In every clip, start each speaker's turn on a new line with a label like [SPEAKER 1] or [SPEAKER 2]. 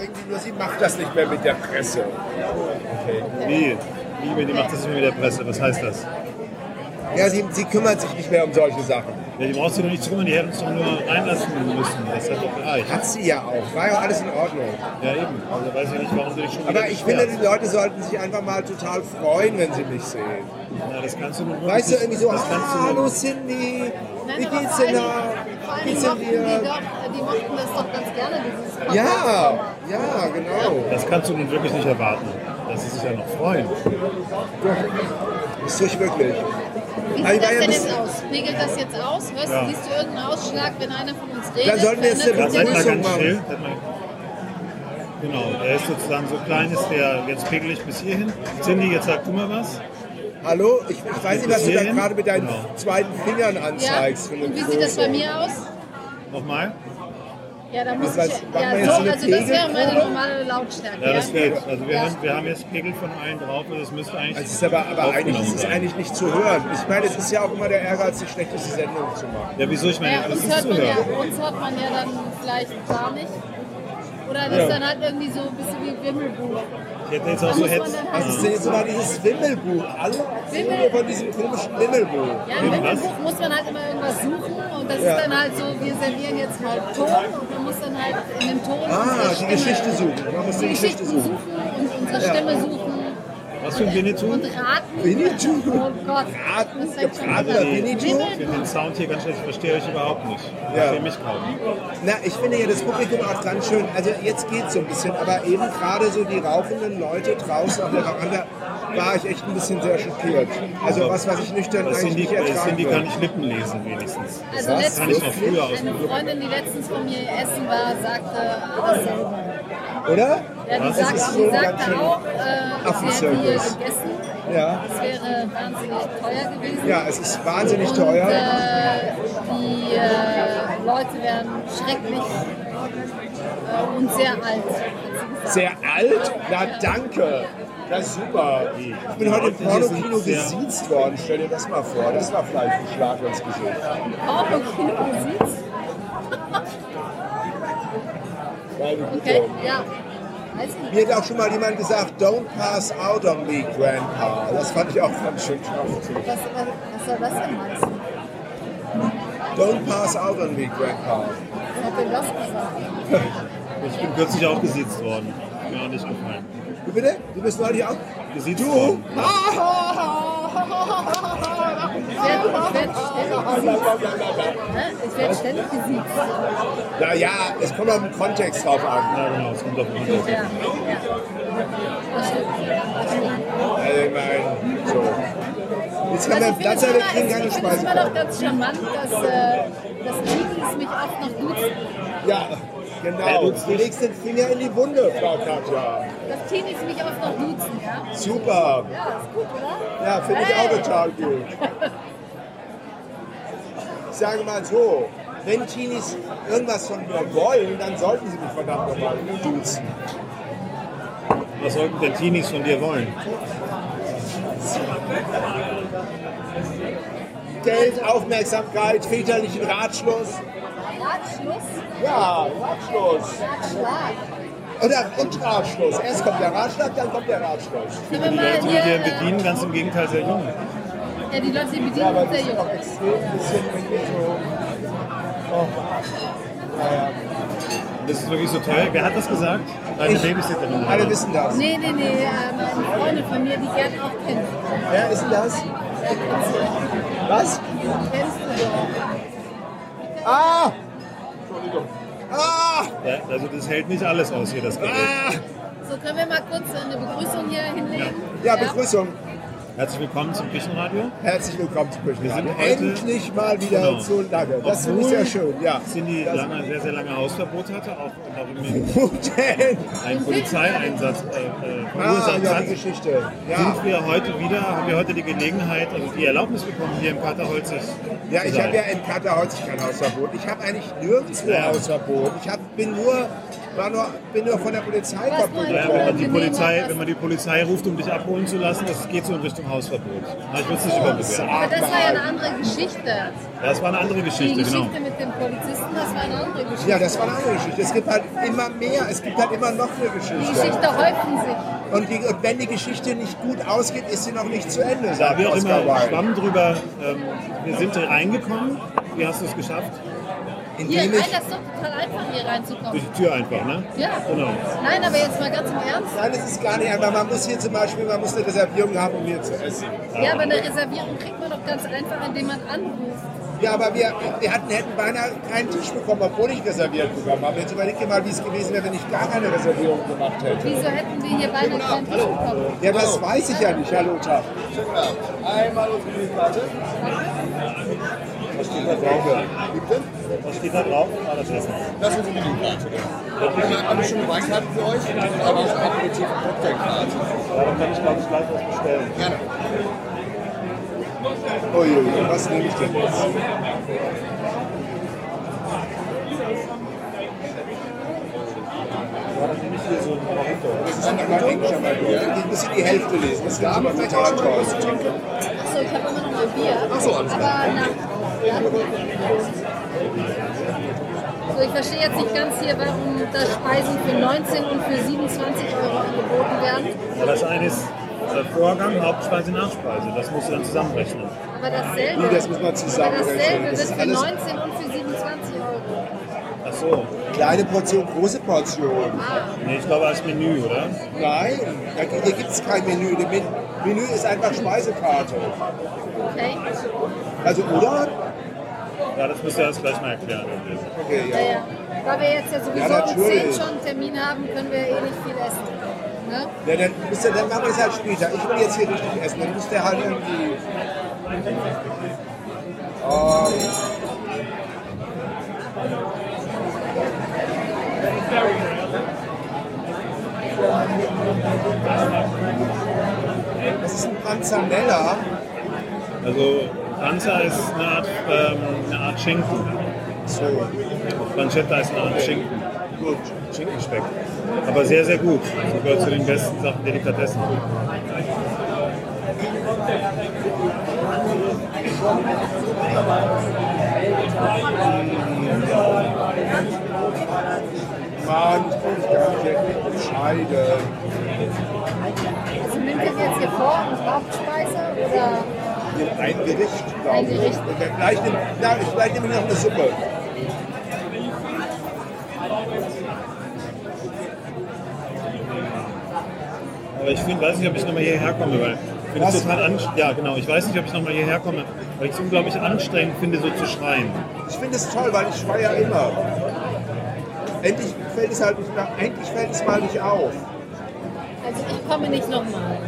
[SPEAKER 1] irgendwie nur, sie macht das nicht mehr mit der Presse.
[SPEAKER 2] Okay. Wie? Wie, wenn die macht das nicht mit der Presse? Was heißt das?
[SPEAKER 1] Ja, sie, sie kümmert sich nicht mehr um solche Sachen.
[SPEAKER 2] Ja, die brauchst du doch nicht zu kümmern, die hätten uns doch nur reinlassen müssen. Das hat doch gereicht.
[SPEAKER 1] Hat sie ja auch. War ja alles in Ordnung.
[SPEAKER 2] Ja, eben. Also weiß ich nicht, warum sie dich schon wieder
[SPEAKER 1] Aber ich finde,
[SPEAKER 2] beschwert.
[SPEAKER 1] die Leute sollten sich einfach mal total freuen, wenn sie mich sehen.
[SPEAKER 2] Ja, das kannst du nur
[SPEAKER 1] Weißt du, irgendwie so,
[SPEAKER 2] das kannst du
[SPEAKER 1] ah,
[SPEAKER 2] nur-
[SPEAKER 1] hallo Cindy, wie
[SPEAKER 3] aber
[SPEAKER 1] geht's
[SPEAKER 3] vor
[SPEAKER 1] denn da?
[SPEAKER 3] allen Dingen- vor allen
[SPEAKER 1] Wie
[SPEAKER 3] Dingen
[SPEAKER 1] geht's denn
[SPEAKER 3] mochten die,
[SPEAKER 1] dir?
[SPEAKER 3] doch, die mochten das doch ganz gerne, dieses Podcast.
[SPEAKER 1] Ja, ja, genau.
[SPEAKER 2] Das kannst du nun wirklich nicht erwarten, dass sie sich ja noch freuen.
[SPEAKER 1] Das tue ich wirklich.
[SPEAKER 3] Wie
[SPEAKER 1] Aber ich
[SPEAKER 3] sieht das
[SPEAKER 1] war ja
[SPEAKER 3] denn
[SPEAKER 1] ein
[SPEAKER 3] jetzt
[SPEAKER 1] bisschen-
[SPEAKER 3] aus? Pegelt das jetzt aus? Hörst,
[SPEAKER 2] Ja.
[SPEAKER 3] du, Siehst du irgendeinen Ausschlag, wenn einer von uns redet?
[SPEAKER 1] Dann sollten wir jetzt
[SPEAKER 3] verändert
[SPEAKER 1] eine
[SPEAKER 2] Ja,
[SPEAKER 3] sich
[SPEAKER 2] seid mal
[SPEAKER 1] Begrüßung
[SPEAKER 2] ganz
[SPEAKER 1] machen.
[SPEAKER 2] still. Seid mal genau, er ist sozusagen so klein, ist der jetzt pegelig bis hierhin. Cindy, jetzt sag du mal was.
[SPEAKER 1] Hallo, ich, ich weiß nicht, was du da
[SPEAKER 2] Serien?
[SPEAKER 1] gerade mit deinen
[SPEAKER 2] Genau.
[SPEAKER 1] zweiten Fingern
[SPEAKER 3] ja.
[SPEAKER 1] anzeigst. für eine
[SPEAKER 3] Und wie sieht das bei
[SPEAKER 1] Begrüßung.
[SPEAKER 3] mir aus?
[SPEAKER 2] Nochmal.
[SPEAKER 3] Ja, da muss
[SPEAKER 1] Was
[SPEAKER 3] ich.
[SPEAKER 1] weiß- machen wir
[SPEAKER 3] Ja,
[SPEAKER 1] jetzt
[SPEAKER 3] so,
[SPEAKER 1] so eine
[SPEAKER 3] also das wäre meine
[SPEAKER 1] Pegelprobe?
[SPEAKER 3] normale Lautstärke.
[SPEAKER 2] Ja, das geht. Also wir,
[SPEAKER 3] Ja.
[SPEAKER 2] haben, wir haben jetzt Pegel von allen drauf und das müsste eigentlich.
[SPEAKER 1] Also es ist aber, aber eigentlich
[SPEAKER 2] aufgenommen
[SPEAKER 1] es ist
[SPEAKER 2] sein.
[SPEAKER 1] eigentlich nicht zu hören. Ich meine, es ist ja auch immer der Ehrgeiz, die schlechteste Sendung zu machen.
[SPEAKER 2] Ja, wieso? Ich meine,
[SPEAKER 3] Ja,
[SPEAKER 2] das
[SPEAKER 3] uns,
[SPEAKER 2] ist
[SPEAKER 3] hört
[SPEAKER 2] zu
[SPEAKER 3] man ja,
[SPEAKER 2] hören.
[SPEAKER 3] uns hört man ja dann vielleicht gar nicht. Oder das ist dann halt irgendwie so ein bisschen wie Wimmelbuch.
[SPEAKER 2] Ich hätte jetzt auch so
[SPEAKER 3] muss man
[SPEAKER 2] Hetz.
[SPEAKER 3] dann halt-
[SPEAKER 1] Was ist denn jetzt immer dieses Wimmelbuch? Alle Aktionen von diesem komischen Wimmelbuch.
[SPEAKER 3] Ja, im
[SPEAKER 2] Eben,
[SPEAKER 3] Wimmelbuch muss man halt immer irgendwas suchen und das
[SPEAKER 1] Ja.
[SPEAKER 3] ist dann halt so, wir servieren jetzt mal Ton und man muss dann halt in dem Ton
[SPEAKER 1] Ah,
[SPEAKER 3] unsere
[SPEAKER 1] die
[SPEAKER 3] Stimme-
[SPEAKER 1] Geschichte suchen. Man muss
[SPEAKER 3] die
[SPEAKER 1] die Geschichte
[SPEAKER 3] Geschichten suchen
[SPEAKER 1] suchen.
[SPEAKER 3] und unsere Stimme suchen
[SPEAKER 2] Was für ein Winnetou?
[SPEAKER 3] und raten.
[SPEAKER 1] Winnetou?
[SPEAKER 3] Oh Gott,
[SPEAKER 1] Raten?
[SPEAKER 3] das fängt schon
[SPEAKER 1] Gebratener
[SPEAKER 3] wieder an.
[SPEAKER 1] Winnetou?
[SPEAKER 2] Ich finde den Sound hier ganz schlecht, ich verstehe euch überhaupt nicht. Ich
[SPEAKER 1] Ja.
[SPEAKER 2] verstehe mich kaum.
[SPEAKER 1] Na, ich finde ja das Publikum auch ganz schön. Also jetzt geht so ein bisschen, aber eben gerade so die rauchenden Leute draußen auf der Veranda war ich echt ein bisschen sehr schockiert. Also was, was ich nüchtern
[SPEAKER 2] Das sind die,
[SPEAKER 1] eigentlich nicht
[SPEAKER 2] das sind
[SPEAKER 1] ertragen
[SPEAKER 2] die kann
[SPEAKER 1] würde.
[SPEAKER 2] ich Lippen lesen wenigstens.
[SPEAKER 3] Also
[SPEAKER 1] Was?
[SPEAKER 2] Das kann ich
[SPEAKER 3] letztens,
[SPEAKER 2] noch früher aus
[SPEAKER 3] eine
[SPEAKER 2] dem Club.
[SPEAKER 3] Freundin, die letztens von mir essen war, sagte, ah, das ist
[SPEAKER 1] Oder?
[SPEAKER 3] Ja, die,
[SPEAKER 1] Das
[SPEAKER 3] sagt,
[SPEAKER 1] ist
[SPEAKER 3] die
[SPEAKER 1] so ganz schön
[SPEAKER 3] sagte auch, äh, sie hätten hier
[SPEAKER 1] Affenzirkus.
[SPEAKER 3] gegessen.
[SPEAKER 1] Ja.
[SPEAKER 3] Es wäre wahnsinnig teuer gewesen.
[SPEAKER 1] Ja, es ist wahnsinnig
[SPEAKER 3] Und,
[SPEAKER 1] teuer.
[SPEAKER 3] Äh, die äh, Leute wären schrecklich äh, und sehr alt. hat sie gesagt.
[SPEAKER 1] Sehr alt? Na danke. Das ist super. Ich bin heute im Pornokino
[SPEAKER 2] Sehr-
[SPEAKER 1] gesiezt worden. Stell dir das mal vor. Das war vielleicht ein Schlag ins Gesicht.
[SPEAKER 3] Also, Auch im Kino gesiezt.
[SPEAKER 1] Meine Güte.
[SPEAKER 3] Okay, ja. Weiß ich nicht.
[SPEAKER 1] Mir hat auch schon mal jemand gesagt, don't pass out on me, Grandpa. Das fand ich auch ganz schön krass.
[SPEAKER 3] Was, was soll das denn heißen?
[SPEAKER 1] Don't pass out on me, Grandpa.
[SPEAKER 3] Was hat denn das gesagt?
[SPEAKER 2] Ich bin kürzlich auch gesiezt worden. Hat Mir auch nicht gefallen.
[SPEAKER 1] Du bitte? Du bist neulich auch...
[SPEAKER 2] Gesiezt
[SPEAKER 1] Du?
[SPEAKER 2] worden.
[SPEAKER 3] Ich werde ich werd ständig gesiezt. Ne? Ich werde ständig gesiezt.
[SPEAKER 1] Naja, es kommt auf den Kontext drauf an.
[SPEAKER 2] Ja, genau, es kommt auf den Hintergrund.
[SPEAKER 3] Ja, ja. Das stimmt. Das stimmt.
[SPEAKER 1] Also ich meine, so. Jetzt haben wir
[SPEAKER 3] Also
[SPEAKER 1] einen Platz,
[SPEAKER 3] ich finde es
[SPEAKER 1] aber wir
[SPEAKER 3] immer-
[SPEAKER 1] kriegen
[SPEAKER 3] ich
[SPEAKER 1] keine
[SPEAKER 3] finde es immer noch
[SPEAKER 1] Speise.
[SPEAKER 3] ganz charmant, dass, äh, dass Mädels mich oft noch duzen.
[SPEAKER 1] Ja, genau. Du legst den Finger in die Wunde, Frau Katja.
[SPEAKER 3] Dass Teenies mich oft noch duzen, ja?
[SPEAKER 1] Super.
[SPEAKER 3] Ja, ist gut, oder?
[SPEAKER 1] Ja, finde ich auch
[SPEAKER 3] Hey.
[SPEAKER 1] total gut. Ich sage mal so, wenn Teenies irgendwas von mir wollen, dann sollten sie mich verdammt nochmal duzen.
[SPEAKER 2] Was sollten denn Teenies von dir wollen?
[SPEAKER 1] Geld, Aufmerksamkeit, väterlichen Ratschluss.
[SPEAKER 3] Ratschluss,
[SPEAKER 1] Ja, Ratschluss.
[SPEAKER 3] Ratschlag.
[SPEAKER 1] Oder, und Ratschluss. Erst kommt der Ratschlag, dann kommt der Ratschluss.
[SPEAKER 3] Nehmen wir
[SPEAKER 2] Die
[SPEAKER 3] mal
[SPEAKER 2] Leute, die dir
[SPEAKER 3] hier,
[SPEAKER 2] bedienen, ganz im Gegenteil sehr jung.
[SPEAKER 3] äh, ja, die Leute, die
[SPEAKER 1] Ja,
[SPEAKER 3] bedienen
[SPEAKER 1] aber das
[SPEAKER 3] sind sehr
[SPEAKER 1] ist
[SPEAKER 3] jung.
[SPEAKER 1] doch extrem ein bisschen irgendwie so. Oh. Naja.
[SPEAKER 2] Das ist wirklich so teuer. Wer hat das gesagt? Deine
[SPEAKER 1] Ich-
[SPEAKER 2] Babysitterin. oder?
[SPEAKER 1] Alle wissen das.
[SPEAKER 3] Nee, nee, nee, äh, meine Freunde von mir, die Gerd auch kennt.
[SPEAKER 1] Wer ist denn das?
[SPEAKER 3] Ja, kennst du,
[SPEAKER 1] Was?
[SPEAKER 3] kennst du doch.
[SPEAKER 1] Ah! Ah!
[SPEAKER 2] Ja, Also das hält nicht alles aus hier, das Gerät.
[SPEAKER 1] Ah!
[SPEAKER 3] So, können wir mal kurz eine Begrüßung hier hinlegen?
[SPEAKER 1] Ja, Begrüßung.
[SPEAKER 2] Herzlich willkommen zum Küchenradio.
[SPEAKER 1] Herzlich willkommen zu Küchen.
[SPEAKER 2] Wir sind heute-
[SPEAKER 1] endlich mal wieder
[SPEAKER 2] Genau.
[SPEAKER 1] so lange. Das finde ich
[SPEAKER 2] Obwohl
[SPEAKER 1] sehr schön. Ja.
[SPEAKER 2] Cindy
[SPEAKER 1] Das-
[SPEAKER 2] lange, sehr, sehr lange Hausverbot hatte, auch darüber
[SPEAKER 1] Wo denn?
[SPEAKER 2] einen Polizeieinsatz äh, äh,
[SPEAKER 1] Ah,
[SPEAKER 2] verursacht
[SPEAKER 1] ja,
[SPEAKER 2] hat.
[SPEAKER 1] die Geschichte. Ja,
[SPEAKER 2] Sind wir heute wieder, haben wir heute die Gelegenheit, also die Erlaubnis bekommen, hier im Paterholz
[SPEAKER 1] ja
[SPEAKER 2] zu
[SPEAKER 1] ich
[SPEAKER 2] sein.
[SPEAKER 1] habe ja in Katerholz kein Hausverbot. Ich habe eigentlich nirgendwo
[SPEAKER 2] Ja.
[SPEAKER 1] Hausverbot. Ich hab, bin nur war nur, bin nur von der Polizei
[SPEAKER 3] Was
[SPEAKER 1] kaputt.
[SPEAKER 3] wollen
[SPEAKER 2] Naja, wenn, man die
[SPEAKER 3] Wenn
[SPEAKER 2] Polizei,
[SPEAKER 3] jemand was-
[SPEAKER 2] wenn man die Polizei ruft, um dich abholen zu lassen, das geht so in Richtung Hausverbot. Na, ich würde es nicht überbewerten.
[SPEAKER 3] Aber das war ja eine andere Geschichte.
[SPEAKER 2] Das war eine andere
[SPEAKER 3] Die
[SPEAKER 2] Geschichte, genau.
[SPEAKER 3] Geschichte mit dem Polizisten, das war eine andere Geschichte.
[SPEAKER 1] Ja, das war eine andere Geschichte. Es gibt halt immer mehr, es gibt halt immer noch eine
[SPEAKER 3] die
[SPEAKER 1] Geschichte.
[SPEAKER 3] Geschichte häufen sich.
[SPEAKER 1] Und, die, und wenn die Geschichte nicht gut ausgeht, ist sie noch nicht zu Ende,
[SPEAKER 2] Da
[SPEAKER 1] sagt
[SPEAKER 2] wir auch
[SPEAKER 1] Oscar
[SPEAKER 2] immer
[SPEAKER 1] Wilde.
[SPEAKER 2] schwamm drüber, ähm, wir sind da reingekommen. Wie hast du es geschafft?
[SPEAKER 3] Hier
[SPEAKER 1] Indem
[SPEAKER 3] rein,
[SPEAKER 1] ich,
[SPEAKER 3] das ist doch total einfach, hier
[SPEAKER 2] Durch
[SPEAKER 3] reinzukommen.
[SPEAKER 2] die Tür einfach, ne?
[SPEAKER 3] Ja.
[SPEAKER 2] Genau.
[SPEAKER 3] Nein, aber jetzt mal ganz im Ernst.
[SPEAKER 1] nein, es ist gar nicht einfach. Man muss hier zum Beispiel, man muss eine Reservierung haben, um hier zu essen.
[SPEAKER 3] Ja, aber eine Reservierung kriegt man doch ganz einfach, indem man anruft.
[SPEAKER 1] Ja, aber wir, wir hatten, hätten beinahe keinen Tisch bekommen, obwohl ich reserviert bekommen habe. Jetzt überleg dir mal, wie es gewesen wäre, wenn ich gar keine Reservierung gemacht hätte.
[SPEAKER 3] Wieso hätten wir hier beinahe keinen Tisch bekommen?
[SPEAKER 1] Ja, das weiß ich ja nicht, Herr Lothar.
[SPEAKER 4] Einmal auf die Karte.
[SPEAKER 1] Was steht da drauf?
[SPEAKER 4] Bitte.
[SPEAKER 2] Was steht da drauf? Ah, das Essen.
[SPEAKER 4] Das ist die Menükarte. Wir haben schon eine Weinkarte für euch, aber auch eine Aperitif- und Cocktailkarte.
[SPEAKER 2] Ja, dann kann ich, glaube ich, gleich was bestellen.
[SPEAKER 4] Gerne.
[SPEAKER 1] Uiuiui, was nehme ich denn jetzt?
[SPEAKER 2] War das nämlich hier so ein Mojito?
[SPEAKER 1] Das ist ein mein englischer Balkon. Ich muss hier die Hälfte lesen. Das war aber total toll.
[SPEAKER 3] Achso, ich habe immer noch ein Bier.
[SPEAKER 4] Ach so, alles klar.
[SPEAKER 3] Aber nach. So, ich verstehe jetzt nicht ganz hier, warum da Speisen für 19 und für 27 Euro angeboten werden.
[SPEAKER 2] Ja, das eine ist äh, Vorgang, Hauptspeise, Nachspeise. Das musst du dann zusammenrechnen.
[SPEAKER 3] Aber dasselbe.
[SPEAKER 1] Nee, das muss man zusammenrechnen.
[SPEAKER 3] Aber dasselbe
[SPEAKER 1] Das
[SPEAKER 3] wird
[SPEAKER 1] ist
[SPEAKER 3] für
[SPEAKER 1] alles-
[SPEAKER 3] 19 und für 27 Euro.
[SPEAKER 2] Ach so.
[SPEAKER 1] Kleine Portion, große Portion.
[SPEAKER 2] Nee, ich glaube als Menü, oder?
[SPEAKER 1] Nein, da- hier gibt es kein Menü. Das Men- Menü ist einfach Speisekarte.
[SPEAKER 3] Okay?
[SPEAKER 1] Also, oder?
[SPEAKER 2] Ja, das müsst ihr uns gleich mal erklären.
[SPEAKER 1] Okay, ja.
[SPEAKER 3] Naja. Weil wir jetzt ja sowieso
[SPEAKER 1] Ja,
[SPEAKER 3] um 10
[SPEAKER 1] natürlich.
[SPEAKER 3] schon einen Termin haben, können wir eh nicht viel essen. Ne?
[SPEAKER 1] ja dann, müsst ihr, dann machen wir es halt später. Ich will jetzt hier richtig essen. Dann müsst ihr halt irgendwie. Oh, das ist ein Panzanella.
[SPEAKER 2] Also Panzer ist eine Art, ähm, eine Art Schinken.
[SPEAKER 1] So,
[SPEAKER 2] Pancetta ist eine Art Schinken.
[SPEAKER 1] gut.
[SPEAKER 2] Schinkenspeck. Aber sehr, sehr gut. Das gehört zu den besten Sachen Delikatessen.
[SPEAKER 1] Mann, ich kann mich gar nicht wirklich entscheiden.
[SPEAKER 3] Also nimmt ihr jetzt hier vor und Hauptspeise oder
[SPEAKER 1] Nimm Ein Gericht, glaube
[SPEAKER 3] Ein
[SPEAKER 1] ich.
[SPEAKER 3] Gericht.
[SPEAKER 1] Und dann gleich nehm, na, ich, vielleicht nehme ich noch eine Suppe.
[SPEAKER 2] Aber ich find, weiß nicht, ob ich nochmal hierher komme, weil ich finde
[SPEAKER 1] Was?
[SPEAKER 2] es total anstrengend. Ja, genau. Ich weiß nicht, ob ich nochmal hierher komme, weil ich es unglaublich anstrengend finde, so zu schreien.
[SPEAKER 1] Ich finde es toll, weil ich schreie ja immer. Endlich fällt es halt nicht mehr, endlich fällt es mal nicht auf.
[SPEAKER 3] also ich komme nicht nochmal.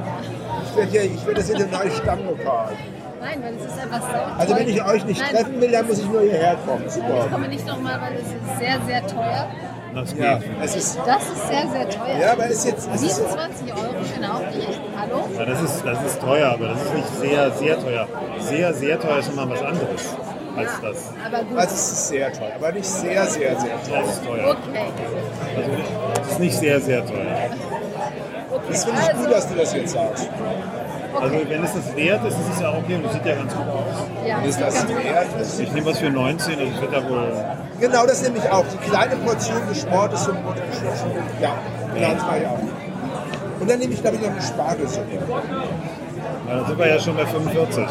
[SPEAKER 1] Ich werde hier, ich werde das in dem neuen Stammlokal.
[SPEAKER 3] Nein, weil es ist einfach so.
[SPEAKER 1] Also wenn ich euch nicht
[SPEAKER 3] Nein,
[SPEAKER 1] treffen will, dann muss ich nur hierher kommen.
[SPEAKER 3] Ich
[SPEAKER 1] Super.
[SPEAKER 3] komme nicht nochmal, weil es ist sehr, sehr teuer.
[SPEAKER 2] Das
[SPEAKER 1] Ja,
[SPEAKER 2] geht.
[SPEAKER 1] es ist,
[SPEAKER 3] Das ist sehr, sehr teuer.
[SPEAKER 1] ja, aber es ist jetzt, es ist,
[SPEAKER 3] 27 Euro, genau. Hallo?
[SPEAKER 2] Ja, das, ist, das ist teuer, aber das ist nicht sehr, sehr teuer. Sehr, sehr teuer ist nochmal was anderes als das.
[SPEAKER 3] Aber gut.
[SPEAKER 1] also es ist sehr toll, aber nicht sehr, sehr, sehr toll.
[SPEAKER 2] Das ist teuer.
[SPEAKER 3] Okay.
[SPEAKER 2] Also, das ist nicht sehr, sehr teuer.
[SPEAKER 3] okay.
[SPEAKER 1] Das finde ich
[SPEAKER 3] also,
[SPEAKER 1] gut, dass du das jetzt sagst.
[SPEAKER 2] Also,
[SPEAKER 3] Okay.
[SPEAKER 2] wenn es das wert ist, ist es ja okay und es sieht ja ganz gut aus.
[SPEAKER 3] Ja,
[SPEAKER 1] Und ist das wert? Das ist-
[SPEAKER 2] Ich nehme was für 19, also ich werde da wohl
[SPEAKER 1] Genau das nehme ich auch. Die kleine Portion geschmortes und geschlossen. Ja, genau das mache ich auch. Und dann nehme ich, glaube ich, noch eine Spargelsuppe.
[SPEAKER 2] Ja, dann sind wir ja schon bei 45.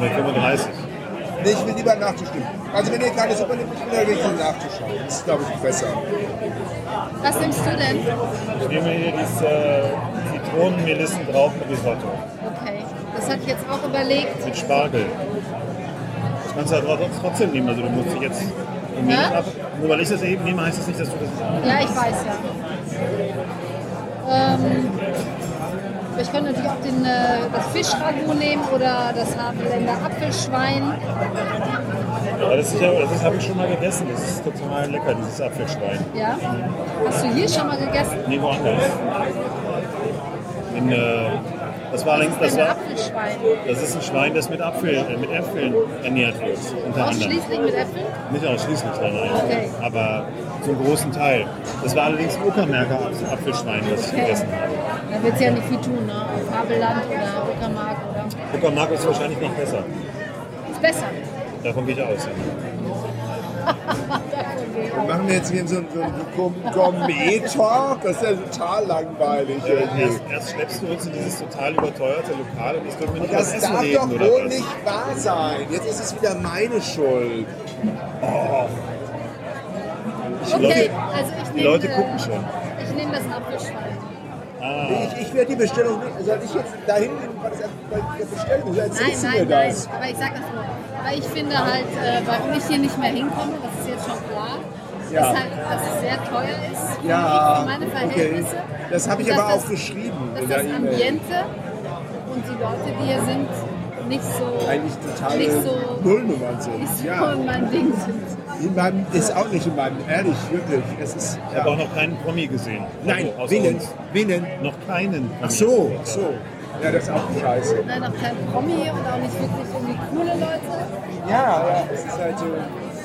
[SPEAKER 2] Bei 35.
[SPEAKER 1] Nee, ich will lieber einen Nachtisch nehmen. Also wenn ihr keine Suppe nehmt, ich will ja wirklich einen Nachtisch haben. Das ist, glaube ich, besser.
[SPEAKER 3] was nimmst du denn?
[SPEAKER 2] Ich nehme hier dieses äh, Zitronenmelissen drauf mit Risotto.
[SPEAKER 3] Okay. Das hatte ich jetzt auch überlegt.
[SPEAKER 2] Mit Spargel. Das kannst du ja trotzdem- trotzdem nehmen. Also du musst dich jetzt du nimmst
[SPEAKER 3] Ja?
[SPEAKER 2] ab. Nur weil ich das eben nehme, heißt das nicht, dass du das
[SPEAKER 3] Ja, ich weiß ja. Ähm, aber ich könnte natürlich auch den, äh, das Fischragout nehmen oder das Havelländer Apfelschwein.
[SPEAKER 2] Aber das, ist ja, das ist- habe ich schon mal gegessen. Das ist total lecker, dieses Apfelschwein.
[SPEAKER 3] Ja. Hast du hier schon mal gegessen?
[SPEAKER 2] Nee, woanders. In, äh, Das war allerdings, das
[SPEAKER 3] Ein
[SPEAKER 2] war,
[SPEAKER 3] Apfelschwein.
[SPEAKER 2] das ist ein Schwein, das mit Apfel, äh, mit Äpfeln ernährt wird, unter anderem.
[SPEAKER 3] Ausschließlich mit Äpfeln?
[SPEAKER 2] Nicht ausschließlich, nein, nein.
[SPEAKER 3] Okay.
[SPEAKER 2] Aber zum großen Teil. Das war allerdings ein Uckermärker Apfelschwein, das ich
[SPEAKER 3] Okay.
[SPEAKER 2] gegessen habe.
[SPEAKER 3] Da wird es ja nicht viel tun, ne? Auf Havelland oder Uckermark oder.
[SPEAKER 2] Uckermark ist wahrscheinlich noch besser.
[SPEAKER 3] Ist besser.
[SPEAKER 2] Davon gehe ich aus. Ja.
[SPEAKER 1] Machen wir jetzt hier so einen, so einen Gour- Gourmet-Talk? Das ist ja total langweilig. irgendwie.
[SPEAKER 2] Äh, Erst, erst schleppst du uns in dieses total überteuerte Lokal und jetzt dürfen wir nicht über
[SPEAKER 1] Das
[SPEAKER 2] Essen
[SPEAKER 1] darf
[SPEAKER 2] reden
[SPEAKER 1] doch
[SPEAKER 2] oder
[SPEAKER 1] wohl
[SPEAKER 2] was?
[SPEAKER 1] nicht wahr sein. Jetzt ist es wieder meine Schuld.
[SPEAKER 3] Okay, also ich nehme.
[SPEAKER 2] die Leute
[SPEAKER 3] äh,
[SPEAKER 2] gucken schon.
[SPEAKER 3] Ich nehme das Apfelschwein.
[SPEAKER 1] Ich, ich werde die Bestellung nicht. Soll ich jetzt dahin gehen und das bestellen? Wieso
[SPEAKER 3] Nein,
[SPEAKER 1] erzählst du mir
[SPEAKER 3] nein, nein.
[SPEAKER 1] das?
[SPEAKER 3] Aber ich sag das nur. Weil ich finde halt, äh, warum ich hier nicht mehr hinkomme, das ist jetzt schon klar,
[SPEAKER 1] Ja.
[SPEAKER 3] ist halt, dass es sehr teuer ist für
[SPEAKER 1] Ja,
[SPEAKER 3] meine
[SPEAKER 1] okay.
[SPEAKER 3] Verhältnisse.
[SPEAKER 1] Das habe ich
[SPEAKER 3] Und
[SPEAKER 1] aber
[SPEAKER 3] dass
[SPEAKER 1] auch
[SPEAKER 3] das-
[SPEAKER 1] geschrieben
[SPEAKER 3] dass
[SPEAKER 1] in
[SPEAKER 3] das
[SPEAKER 1] der E-Mail.
[SPEAKER 3] Ambiente und die Leute, die hier sind, nicht so,
[SPEAKER 1] Eigentlich totale
[SPEAKER 3] nicht so,
[SPEAKER 1] Nullnummern sind.
[SPEAKER 3] nicht so
[SPEAKER 1] Ja.
[SPEAKER 3] mein Ding sind.
[SPEAKER 1] In meinem, ist auch nicht in meinem, ehrlich, wirklich. Es ist,
[SPEAKER 2] Ich
[SPEAKER 1] ja.
[SPEAKER 2] habe auch noch keinen Promi gesehen.
[SPEAKER 1] Nein,
[SPEAKER 2] Also, außer
[SPEAKER 1] Winnen,
[SPEAKER 2] uns.
[SPEAKER 1] Winnen.
[SPEAKER 2] Noch keinen. Promi.
[SPEAKER 1] Ach so, ach so. Ja, das ist auch scheiße.
[SPEAKER 3] Nein, auch kein Promi und auch nicht wirklich irgendwie coole Leute.
[SPEAKER 1] Ja, ja, es ist halt so.